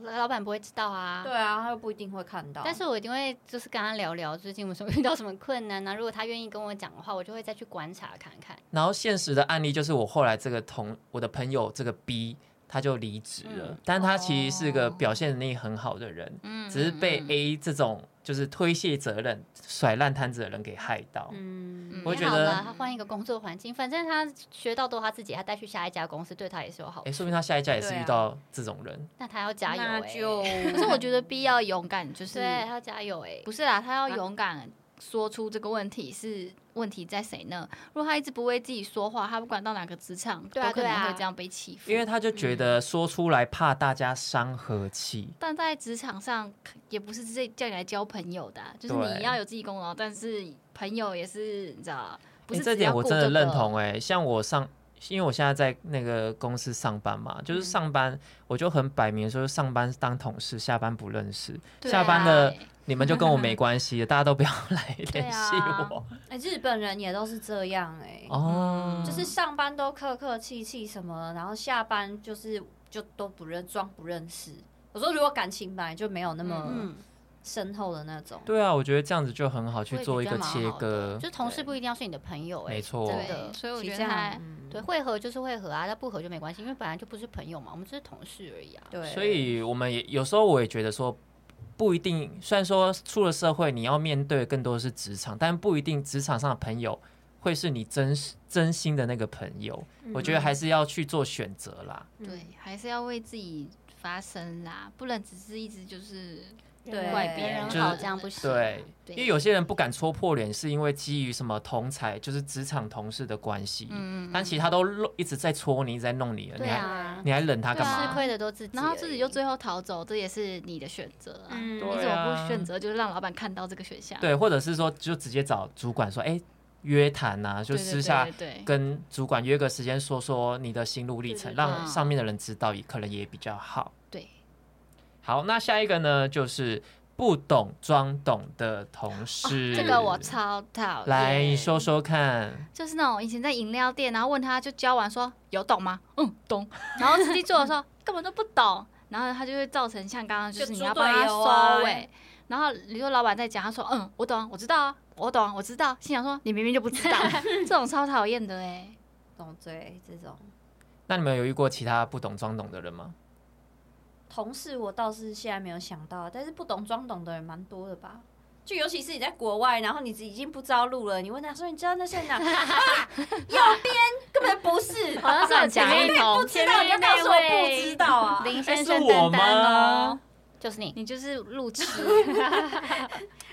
老板不会知道啊。
对啊，他又不一定会看到。
但是我一定会就是跟他聊聊最近我们什么遇到什么困难呢、如果他愿意跟我讲的话，我就会再去观察看看。
然后现实的案例就是，我后来这个同我的朋友这个 B，他就离职了，
嗯
但他其实是个
哦
表现能力很好的人，
嗯
只是被
嗯嗯
A 这种就是推卸责任、甩烂摊子的人给害到。
嗯，
嗯
我
也
觉
好
得
啦他换一个工作环境，反正他学到都他自己，他带去下一家公司对他也是有好
哎、。说明他下一家也是
对啊
遇到这种人，
那他要加油、欸，
那就
[LAUGHS] 可是我觉得 B 要勇敢，就是
对，他要加油哎、欸。
不是啦，他要勇敢说出这个问题是问题在谁呢？如果他一直不为自己说话，他不管到哪个职场，
对啊
都可能
对啊
会这样被欺负。
因为他就
嗯
觉得说出来怕大家伤和气。
但在职场上也不是这叫你来交朋友的啊、就是
对
你要有自己功劳，但是朋友也是你知道，不
诶
是
这
只要
点我
顾
真的
这
认
个
同、诶，像我上，因为我现在在那个公司上班嘛，就是
嗯
上班我就很摆明说，上班当同事，下班不认识，
对
下班了
啊
你们就跟我
[LAUGHS]
没关系了，大家都不要来
对
联系
啊
我。
哎、日本人也都是这样哎、
哦，
嗯
就是上班都客客气气什么，然后下班就是就都不认装不认识。我说如果感情本来就没有那么
嗯，
深厚的那种，
对啊，我觉得这样子就很好去
我也
做一
觉得
个
蛮
切
好的
割，
就是同事不一定要是你的朋友哎、欸，
嗯没错
真
对，
的。
所以我
其
觉
实
得
这
他
样，嗯
对，会合就是会合啊，那不合就没关系，因为本来就不是朋友嘛，我们只是同事而已啊。
对，
所以我们也有时候我也觉得说，不一定，虽然说出了社会你要面对更多的是职场，但不一定职场上的朋友会是你真实真心的那个朋友。我觉得还是要去做选择啦。
嗯
对，还是要为自己发声啦，不能只是一直就是
对
怪别人
就是
好这样不行。
对，
对
因为有些人不敢戳破脸，是因为基于什么同才，就是职场同事的关系。
嗯，
但其实他都弄一直在戳你，一直在弄你了，
对
你还
啊，
你还忍他干
吃
嘛？
亏的都自己而已，
然后自己就最后逃走，这也是你的选择啊。
嗯
你
对
怎么
啊
不选择就是让老板看到这个选项？
对，或者是说就直接找主管说，哎、约谈啊，就
对，对
私下
对对
跟主管约个时间，说说你的心路历程，
对对
让
对
上面的人知道，也可能也比较好。
对，
好，那下一个呢，就是不懂装懂的同事。
哦这个我超讨厌。
来你说说看，
就是那种以前在饮料店，然后问他就教完说有懂吗？嗯，懂。然后司机做的时候根本都不懂，然后他就会造成像刚刚就是
就
你
猪
要帮他
队友啊
收尾，然后你说老板在讲，他说嗯，我懂啊，我知道啊，我懂啊，我知道啊。心想说你明明就不知道， [LAUGHS] 这种超讨厌的哎、
懂对这种
那你们有遇过其他不懂装懂的人吗？
同事，我倒是现在没有想到，但是不懂装懂的人蛮多的吧。就尤其是你在国外，然后你已经不招路了，你问他说你知道那是 [LAUGHS] 哪？啊，右边根本不是，
好像是我前面
你不知道，你就告诉我不知道啊。
林
哎
先
是
生
我
丹丹
吗
哦，？就是你。
你就是
[LAUGHS]
路痴，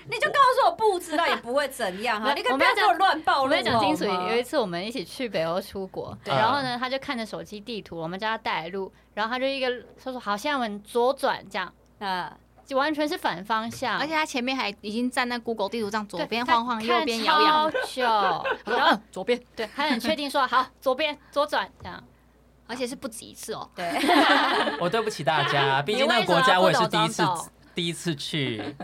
你就告诉我不知道也不会怎样啊！
我
你可
我
不
们
要
要
给我乱暴
我
露哦
没有讲清楚，
好吗
有一次我们一起去北欧出国，
对
然后呢，他就看着手机地图，我们叫他带路，然后他就一个说说好，现在我们左转这样，
啊，
就完全是反方向，
而且他前面还已经站在 Google 地图上，左
对
边
他
晃晃，
看
右边摇摇。
超久，
他说嗯，左边。
对，他很确定说好，左边左转这样，
而而且是不止一次哦。
对，
我对不起大
[LAUGHS]
家，毕竟那个国家我也是第一次第一次去。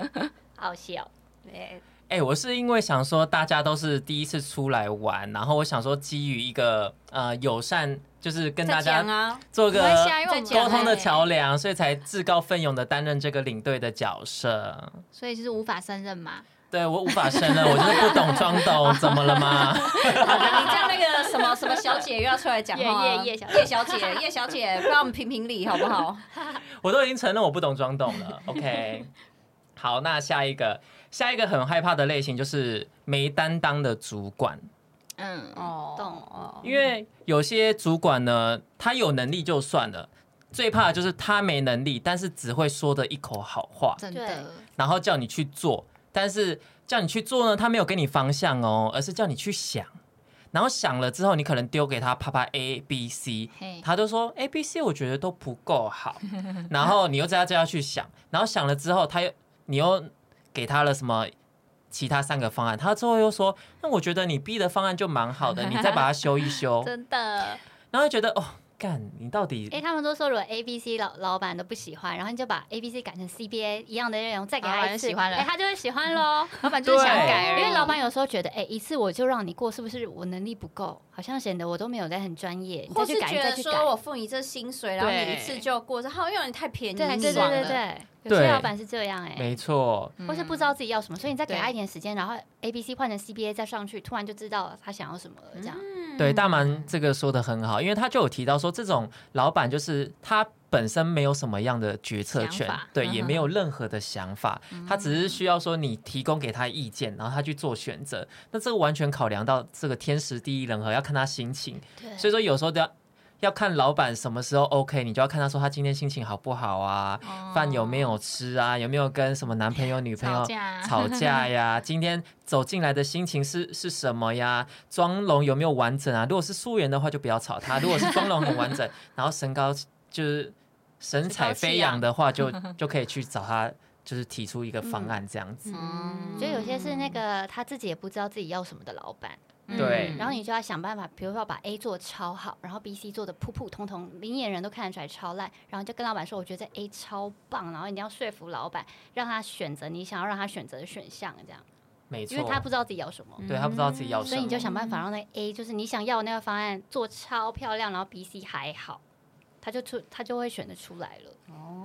好笑。
对
哎、我是因为想说大家都是第一次出来玩，然后我想说基于一个呃友善，就是跟大
再
家
讲 [LAUGHS] 啊，
做
没
个
关系啊因为 [LAUGHS] 我们
沟通的桥
梁，
梁，所以才自告奋勇的担任这个领队的角色。
所以就是无法胜任嘛。
对我无法胜任，我就是不懂装懂，怎么了吗？
你这样那个什么什么小姐又要出来讲 [LAUGHS] 话啊，
叶叶叶小姐
叶小姐，叶小姐，帮我们评评理好不好？
我都已经承认我不懂装懂了。OK，好，那下一个，下一个很害怕的类型就是没担当的主管，
嗯，
哦，
懂
哦
因为有些主管呢，他有能力就算了。最怕的就是他没能力，但是只会说的一口好话，
真
对
的。
然后叫你去做，但是叫你去做呢，他没有给你方向哦，而是叫你去想，然后想了之后，你可能丢给他啪啪 A B C， [LAUGHS]
嘿，
他就说 A、B、C 我觉得都不够好，然后你又再叫他去想，然后想了之后，他又你又给他了什么其他三个方案，他最后又说，那我觉得你 B 的方案就蛮好的，你再把它修一修，
[LAUGHS] 真的，
然后就觉得哦，干你到底
哎、他们都说如果 A、B、C 老老板都不喜欢，然后你就把 A、B、C 改成 CBA 一样的内容，再给
老
他
板
一
就
次，
喜欢了
哎、他就会喜欢喽。
老板就是想
对
改而已，
因为老板有时候觉得，哎、一次我就让你过，是不是我能力不够？好像显得我都没有在很专业，你
或
再
是
去改，
觉
你再
得
去改。
说我付你这薪水，然后你
对
一次就过，这好像有点太便宜
对
你
对对
了。
对对，有些
对
老板是这样哎、
没错，
嗯
或是不知道自己要什么，所以你再给他
对
一点时间，然后 A、B、C 换成 CBA 再上去，突然就知道他想要什么了。这样，
嗯
嗯
对大蛮这个说的很好，因为他就有提到说，这种老板就是他本身没有什么样的决策权
想法，
对，
嗯
也没有任何的想法，他只是需要说你提供给他意见，然后他去做选择。那这个完全考量到这个天时地利人和，要看他心情，
对
所以说有时候都要。要看老板什么时候 OK，你就要看他说他今天心情好不好啊，
哦
饭有没有吃啊，有没有跟什么男朋友、女朋友
[LAUGHS]
吵架，
吵架呀，今天走进来的心情是是什么呀？妆容有没有完整啊？如果是素颜的话，就不要吵他；如果是妆容很完整，然后身高就是神采飞扬的话，
[LAUGHS]
就就可以去找他，就是提出一个方案这样子。
嗯
就有些是那个他自己也不知道自己要什么的老板，
嗯
对
然后你就要想办法，比如说把 A 做超好，然后 B、C 做的普普通通，明眼人都看得出来超烂，然后就跟老板说，我觉得这 A 超棒，然后你要说服老板，让他选择你想要让他选择的选项，这样，
没
嗯因为
错嗯
他，不知道自己要什么，
对他不知道自己要什
所以
么
你。就想办法让那个 A 就是你想要的那个方案做超漂亮，然后 B、C 还好，他就出他就会选得出来了，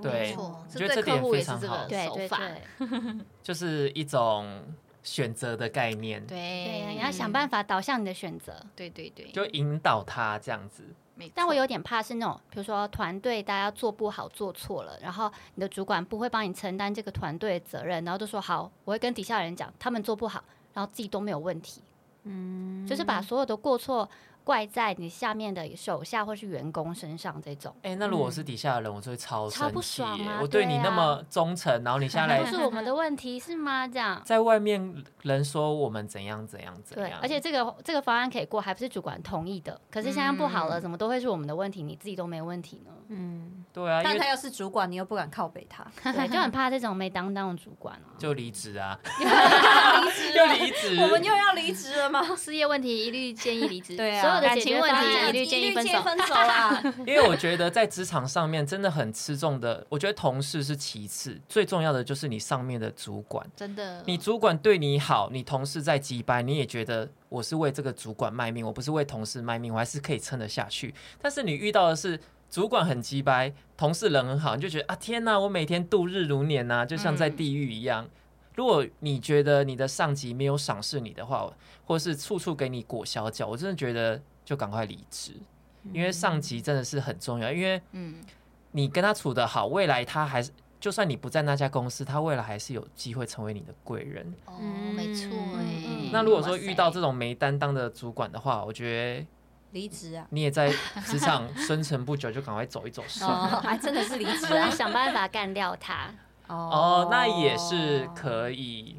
对
没错，
我觉
这
得这
对
点
客户
非
也是
常
这
好
个
对
手
对
法，
对。
就是一种选择的概念，
对，
对啊
你要想办法导向你的选择。
对对对，
就引导他这样子。
没错
但我有点怕是那种，比如说团队大家做不好、做错了，然后你的主管不会帮你承担这个团队的责任，然后就说好，我会跟底下人讲，他们做不好，然后自己都没有问题。嗯，就是把所有的过错怪在你下面的手下或是员工身上，这种
哎、那如果我是底下的人，我就会超
超
生
不
气
爽
耶、
啊
我对
对
你
啊
那么忠诚，然后你下来
都是我们的问题是吗？这样。
在外面人说我们怎样怎样 [LAUGHS] 怎
对
样，，
而且这个这个方案可以过，还不是主管同意的。可是现在不好
嗯
了，怎么都会是我们的问题，你自己都没问题呢？
嗯，
对啊，因
但
为
他又是主管，你又不敢靠北
[LAUGHS]
他，
对，
[LAUGHS]
就很怕这种没担当的主管啊。
就离
[LAUGHS]
职啊，
离职
又
了，
离职，
我们又要离职了吗？
事业问题一律建议离 [LAUGHS] 职，
对啊
所有的
感
解
情
决
问
问
题
题
一
一
律
律建议分手。
分手啦。
[LAUGHS]
[LAUGHS]
因为我觉得在职场上面真的很吃重的，我觉得同事是其次，最重要的就是你上面的主管。
真的，
你主管对你好，你同事在击败，你也觉得我是为这个主管卖命，我不是为同事卖命，我还是可以撑得下去。但是你遇到的是主管很击败，同事人很好，你就觉得啊天哪，我每天度日如年呐、就像在地狱一样。如果你觉得你的上级没有赏识你的话，或是处处给你裹小脚，我真的觉得就赶快离职，因为上级真的是很重要，因为
嗯，
你跟他处得好，未来他还是。就算你不在那家公司，他未来还是有机会成为你的贵人。
哦，
嗯
没错
嗯
哎。
那如果说
哇塞
遇到这种没担当的主管的话，我觉得
离
[LAUGHS]
职啊，
你也在职场生存不久，就赶快走一走算了。
哦，还真的是离职
所以 [LAUGHS]
啊。
想办法干掉他，
哦，那也是可以，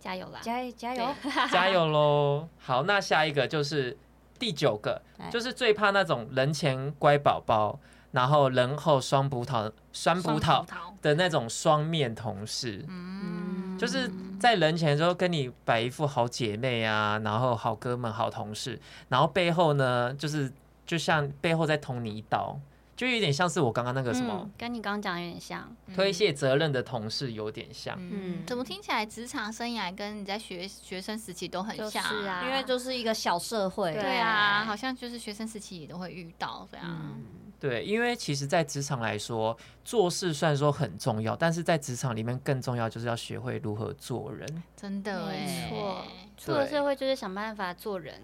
加油啦！
加加油，
加油喽！好，那下一个就是第九个
来，
就是最怕那种人前乖宝宝，然后人后双葡萄、酸葡萄的那种双面同事。
嗯，
就是在人前的时候跟你摆一副好姐妹啊，然后好哥们、好同事，然后背后呢就是就像背后在捅你一刀，就有点像是我刚刚那个什么
嗯，跟你刚刚讲的有点像，
嗯推卸责任的同事有点像。
嗯，
嗯
怎么听起来职场生涯跟你在学学生时期都很像、
就是啊
因为就是一个小社会，
对
对啊，嗯好像就是学生时期也都会遇到这样。
嗯
对，因为其实，在职场来说，做事虽然说很重要，但是在职场里面更重要就是要学会如何做人。
真的
没
哎，
错，出了
对
社会就是想办法做人，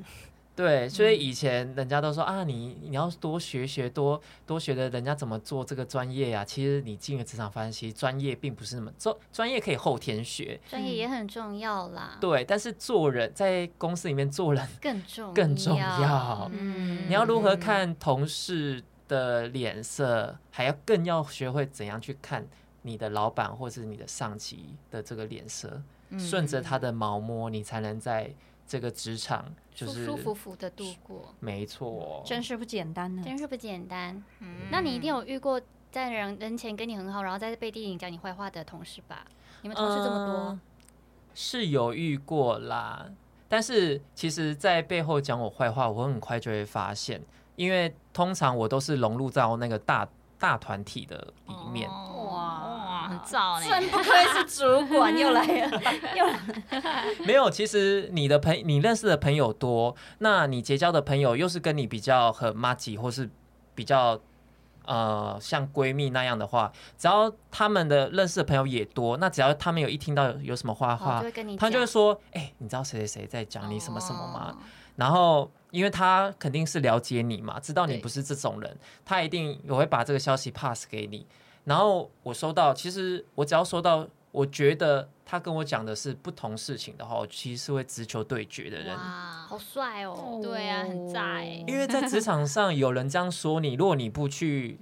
对，所
嗯
以以前人家都说啊，你你要多学学多多学的人家怎么做这个专业呀、其实你进了职场，发现其实专业并不是那么专专业可以后天学，
专业也很重要啦，
对，但是做人在公司里面做人，
更重
更重要
嗯，
你要如何看同事的脸色，还要更要学会怎样去看你的老板或是你的上级的这个脸色，顺
嗯
着他的毛摸，你才能在这个职场就
舒
是
舒服服的度过，
没错，
真是不简单呢。
真是不简单。
嗯
那你一定有遇过在人人前跟你很好，然后在背地里讲你坏话的同事吧？你们同事这么多
嗯，是有遇过啦，但是其实，在背后讲我坏话，我很快就会发现，因为通常我都是融入到那个大大团体的里面。
哦
哇哇，很燥呢。
真不愧是主管，又来
[LAUGHS]
了，又来了
没有，其实你的朋你认识的朋友多，那你结交的朋友又是跟你比较很妈吉，或是比较呃像闺蜜那样的话，只要他们的认识的朋友也多，那只要他们有一听到有有什么坏
哦
话
就，会跟你
他就会
讲
说：“哎、你知道谁谁谁在讲你什么什么吗？”然后，因为他肯定是了解你嘛，知道你
对
不是这种人，他一定也会把这个消息 pass 给你。然后我收到，其实我只要收到，我觉得他跟我讲的是不同事情的话，我其实是会直球对决的人。
哇，
好帅哦，
对啊很炸欸
因为在职场上，有人这样说你，如果你不去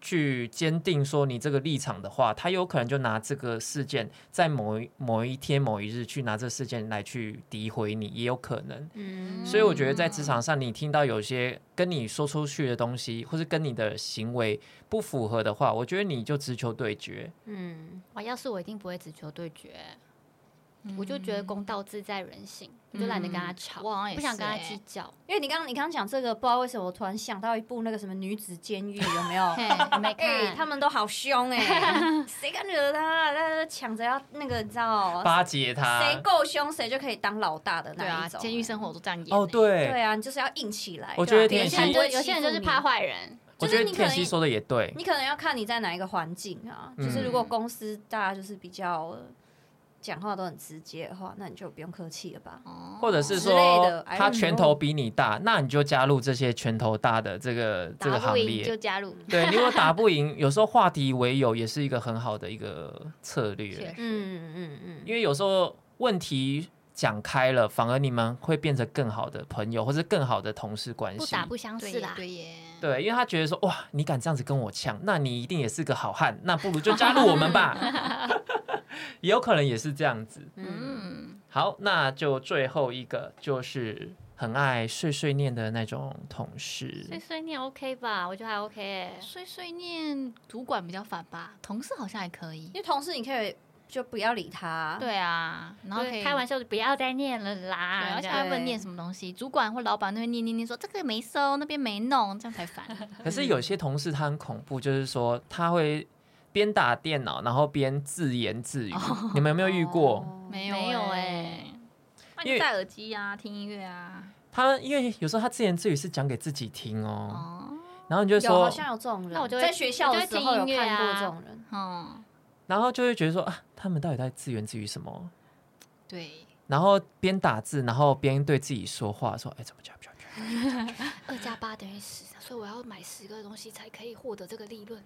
去坚定说你这个立场的话，他有可能就拿这个事件在某一某一天某一日去拿这个事件来去诋毁你，也有可能。
嗯
所以我觉得在职场上，你听到有些跟你说出去的东西，或是跟你的行为不符合的话，我觉得你就直球对决。
嗯，
哇，要是我一定不会只求对决，我就觉得公道自在人心，嗯我就懒得跟他吵，
嗯我好像也
不想跟他
是欸
计 [LAUGHS] 较。
因为你刚刚你刚刚讲这个，不知道为什么我突然想到一部那个什么女子监狱，有没有？
我没
[LAUGHS] 哎、
看
他们都好凶
[LAUGHS]
哎、欸，谁敢惹他？大家都抢着要那个，你知道，
巴结
哦谁
他，哦
够凶谁就可以当老大
[LAUGHS]
的
对
那
啊，
一种。
监狱生活都这样演
哦，
欸，
对，
对啊，你就是要硬起来。
我觉得
对啊
有
田
些人
曦
就有些人就是怕，
不会欺负
坏人，
我
就
觉
是你
得
可能
田曦说的也对
你你可能要看你在哪一个环境啊。就是
嗯
如果公司大家就是比较讲话都很直接的话，那你就不用客气了吧。
哦
或者是
之类
说
的哎
他拳头比你大，那你就加入这些拳头大的这个这
打
个行
不赢就
列。
加入，
对，你如果打不赢，有时候化敌为友也是一个很好的一个策略
确，
嗯嗯
因为有时候问题讲开了，反而你们会变成更好的朋友或者更好的同事关系。
不打不相
对
识
耶
啦。
对耶，
对，因为他觉得说，哇，你敢这样子跟我呛，那你一定也是个好汉，那不如就加入我们吧。也有可能也是这样子。
嗯
嗯，
好，那就最后一个就是很爱碎碎念的那种同
碎
事。
碎念 OK 吧，我觉得还 OK 欸
碎碎念主管比较烦吧，同事好像还可以
因。为同事你可以就不要理他。，
对啊，然后
就
可以
开玩笑就不要再念了
对
啦
而。且
这样
还问念什么东西，主管或老板那边念念念说这个没收，那边没弄，这样才 [LAUGHS] 烦。
可是有些同事他很恐怖，就是说他会边打电脑，然后边自言自语。你们有没有遇过？
哦
没
有
有
欸
欸，那
因
就
为
戴耳机啊，听音乐啊。
他因为有时候他自言自语是讲给自己听哦，
哦，
然后你就会
有好
说，
像有这种人。
那我就会
在学校的时候有
我就会听音乐
看
啊
过这种人。
嗯，
然后就会觉得说啊，他们到底在自言自语什么？
对，
然后边打字，然后边对自己说话，说：“哎，怎么讲？怎么讲
二加八等于十，啊所以我要买十个东西才可以获得这个利润。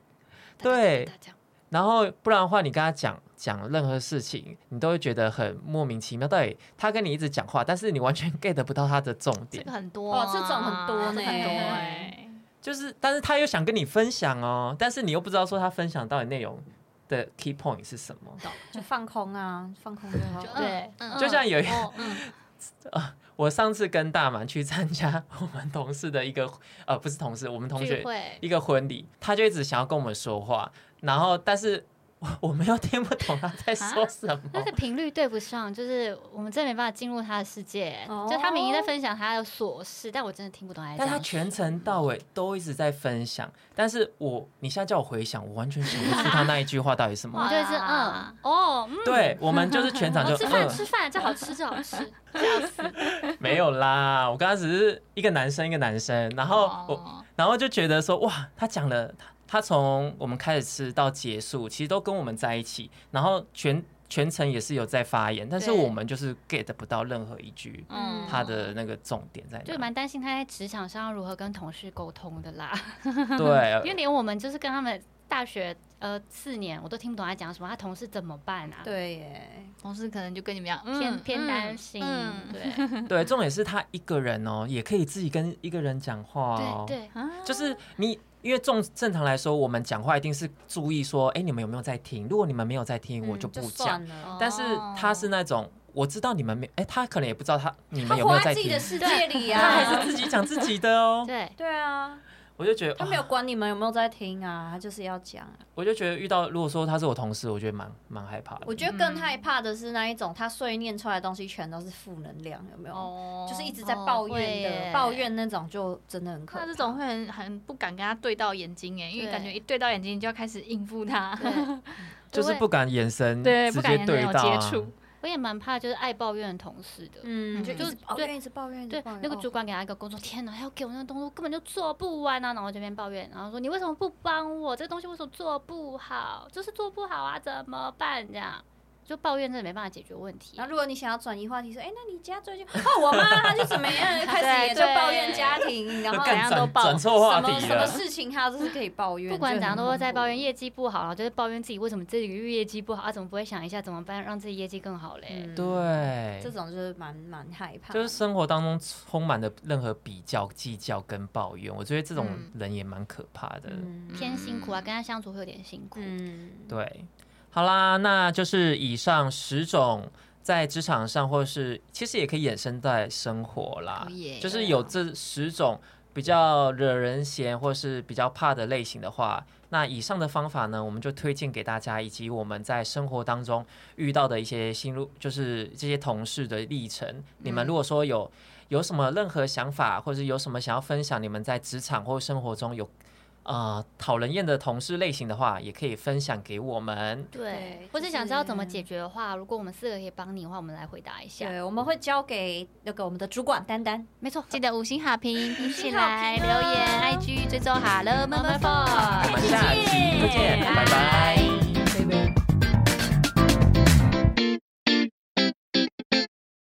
对
大家这样
然后不然的话，你跟他讲讲任何事情，你都会觉得很莫名其妙。到底他跟你一直讲话，但是你完全 get 不到他的重
[LAUGHS]
这
点
个，很多
哦
啊，
这种很多
这
呢
很多
欸
哎。
就是但是他又想跟你分享哦，但是你又不知道说他分享到底内容的 key point 是什么。
就放空 [LAUGHS] 啊，放空就好。
就
对
嗯嗯
就像有一
哦 [LAUGHS] 嗯
我上次跟大满去参加我们同事的一个呃，不是同事，我们同学
聚会
一个婚礼，他就一直想要跟我们说话，然后但是我 [LAUGHS] 我们又听不懂他在
啊
说什
那
么
个。频率对不上，就是我们真的没办法进入他的世界。
哦
就他明明在分享他的琐事，但我真的听不懂他在
但
讲
他
什么。
全程到尾都一直在分享，但是我你现在叫我回想，我完全想不出他那一句话到底什
我
么
[LAUGHS] 们。就是
哇
嗯哦，嗯
对我们就是全场就
哦 [LAUGHS] 吃饭
嗯
吃饭，这好吃这好吃。
没有啦，我刚刚只是一个男生一个男生，然后我、
哦
然后就觉得说哇，他讲了他他从我们开始吃到结束，其实都跟我们在一起，然后全全程也是有在发言，但是
对哦
我们就是 get 不到任何一句
嗯
他的那个重点在
就
哪。
蛮担心他在职场上如何跟同事沟通的啦，因为
对，
连我们就是跟他们大学呃四年，我都听不懂他讲什么，他同事怎么办啊？
对耶，
同事可能就跟你们一样，
偏
嗯
偏
嗯
担心，
嗯
[LAUGHS]
对
对，重点是他一个人哦，也可以自己跟一个人讲话哦
对。对，
啊
就是你，因为正正常来说，我们讲话一定是注意说，哎、你们有没有在听？如果你们没有在听，
嗯
我就
就
不讲。
算了。
但是他是那种，我知道你们没，哎、他可能也不知道他你
他
们有没
活
有
在
在
自己
听，
的世界里
他还
啊，
是自己讲自己的哦。
对，
对啊，
[LAUGHS] 我就觉得，
他
哇
没有管你们有没有在听啊，他就是要讲啊。
我就觉得遇到如果说他是我同事，我觉得蛮蛮害怕的。
我觉得更害怕的是那一种，他碎念出来的东西全都是负能量，有没有？
哦
就是一直在抱
哦
怨
会
的，
耶
抱怨那种就真的很可怕。
那这种会很很不敢跟他对到眼睛哎，因为
对
感觉一对到眼睛你就要开始应付他，
[LAUGHS]
对
就是不敢眼神
对，
直
不
接
敢跟
对
有
到、
接
啊，
触。
我也蛮怕就是爱抱怨的同事的。
嗯，就
就
一直抱
对
怨，一直抱怨，一直
对
抱，怨
那个
哦
主管给他一个工作，天哪，他要给我那个动作，根本就做不完啊！然后我这边抱怨，然后说你为什么不帮我？这个东西为什么做不好？就是做不好啊，怎么办？这样就抱怨真的没办法解决问题
然。后，如果你想要转移话题，说：“哎、那你家最近……哦，我妈她就怎
[LAUGHS]
么样，开始也就抱怨家庭，然后
干
怎样都
转
爆
转错话
什
题
么
了。
什么事情她都是可以抱怨，
不管怎样都会在抱怨
业。
业绩不好，然后就是抱怨自己为什么这个月业绩不好啊，怎么不会想一下怎么办让自己业绩更好嘞？
嗯，
对，
这种就是蛮蛮害怕
就
的，
是生活当中充满了任何比较、计较跟抱怨，我觉得这种
嗯
人也蛮可怕的。
嗯
偏辛苦啊，跟他相处会有点辛苦。
嗯，
对，好啦，那就是以上十种在职场上，或是其实也可以衍生在生活啦
哦耶，
就是有这十种比较惹人嫌或是比较怕的类型的话。那以上的方法呢，我们就推荐给大家，以及我们在生活当中遇到的一些心路，就是这些同事的历程。你们如果说有有什么任何想法，或是有什么想要分享，你们在职场或生活中有呃讨人厌的同事类型的话，也可以分享给我们。
对
对，
或是
就
想知道
是
怎么解决的话，如果我们四个可以帮你的话，我们来回答一下。
对，我们会交给那个我们的主管丹丹。
没错，
记得五星好评，一起
星好
来
评
留
哦
言、IG 追踪 Hello Mama
我
我
Four，
们下期再见，拜拜。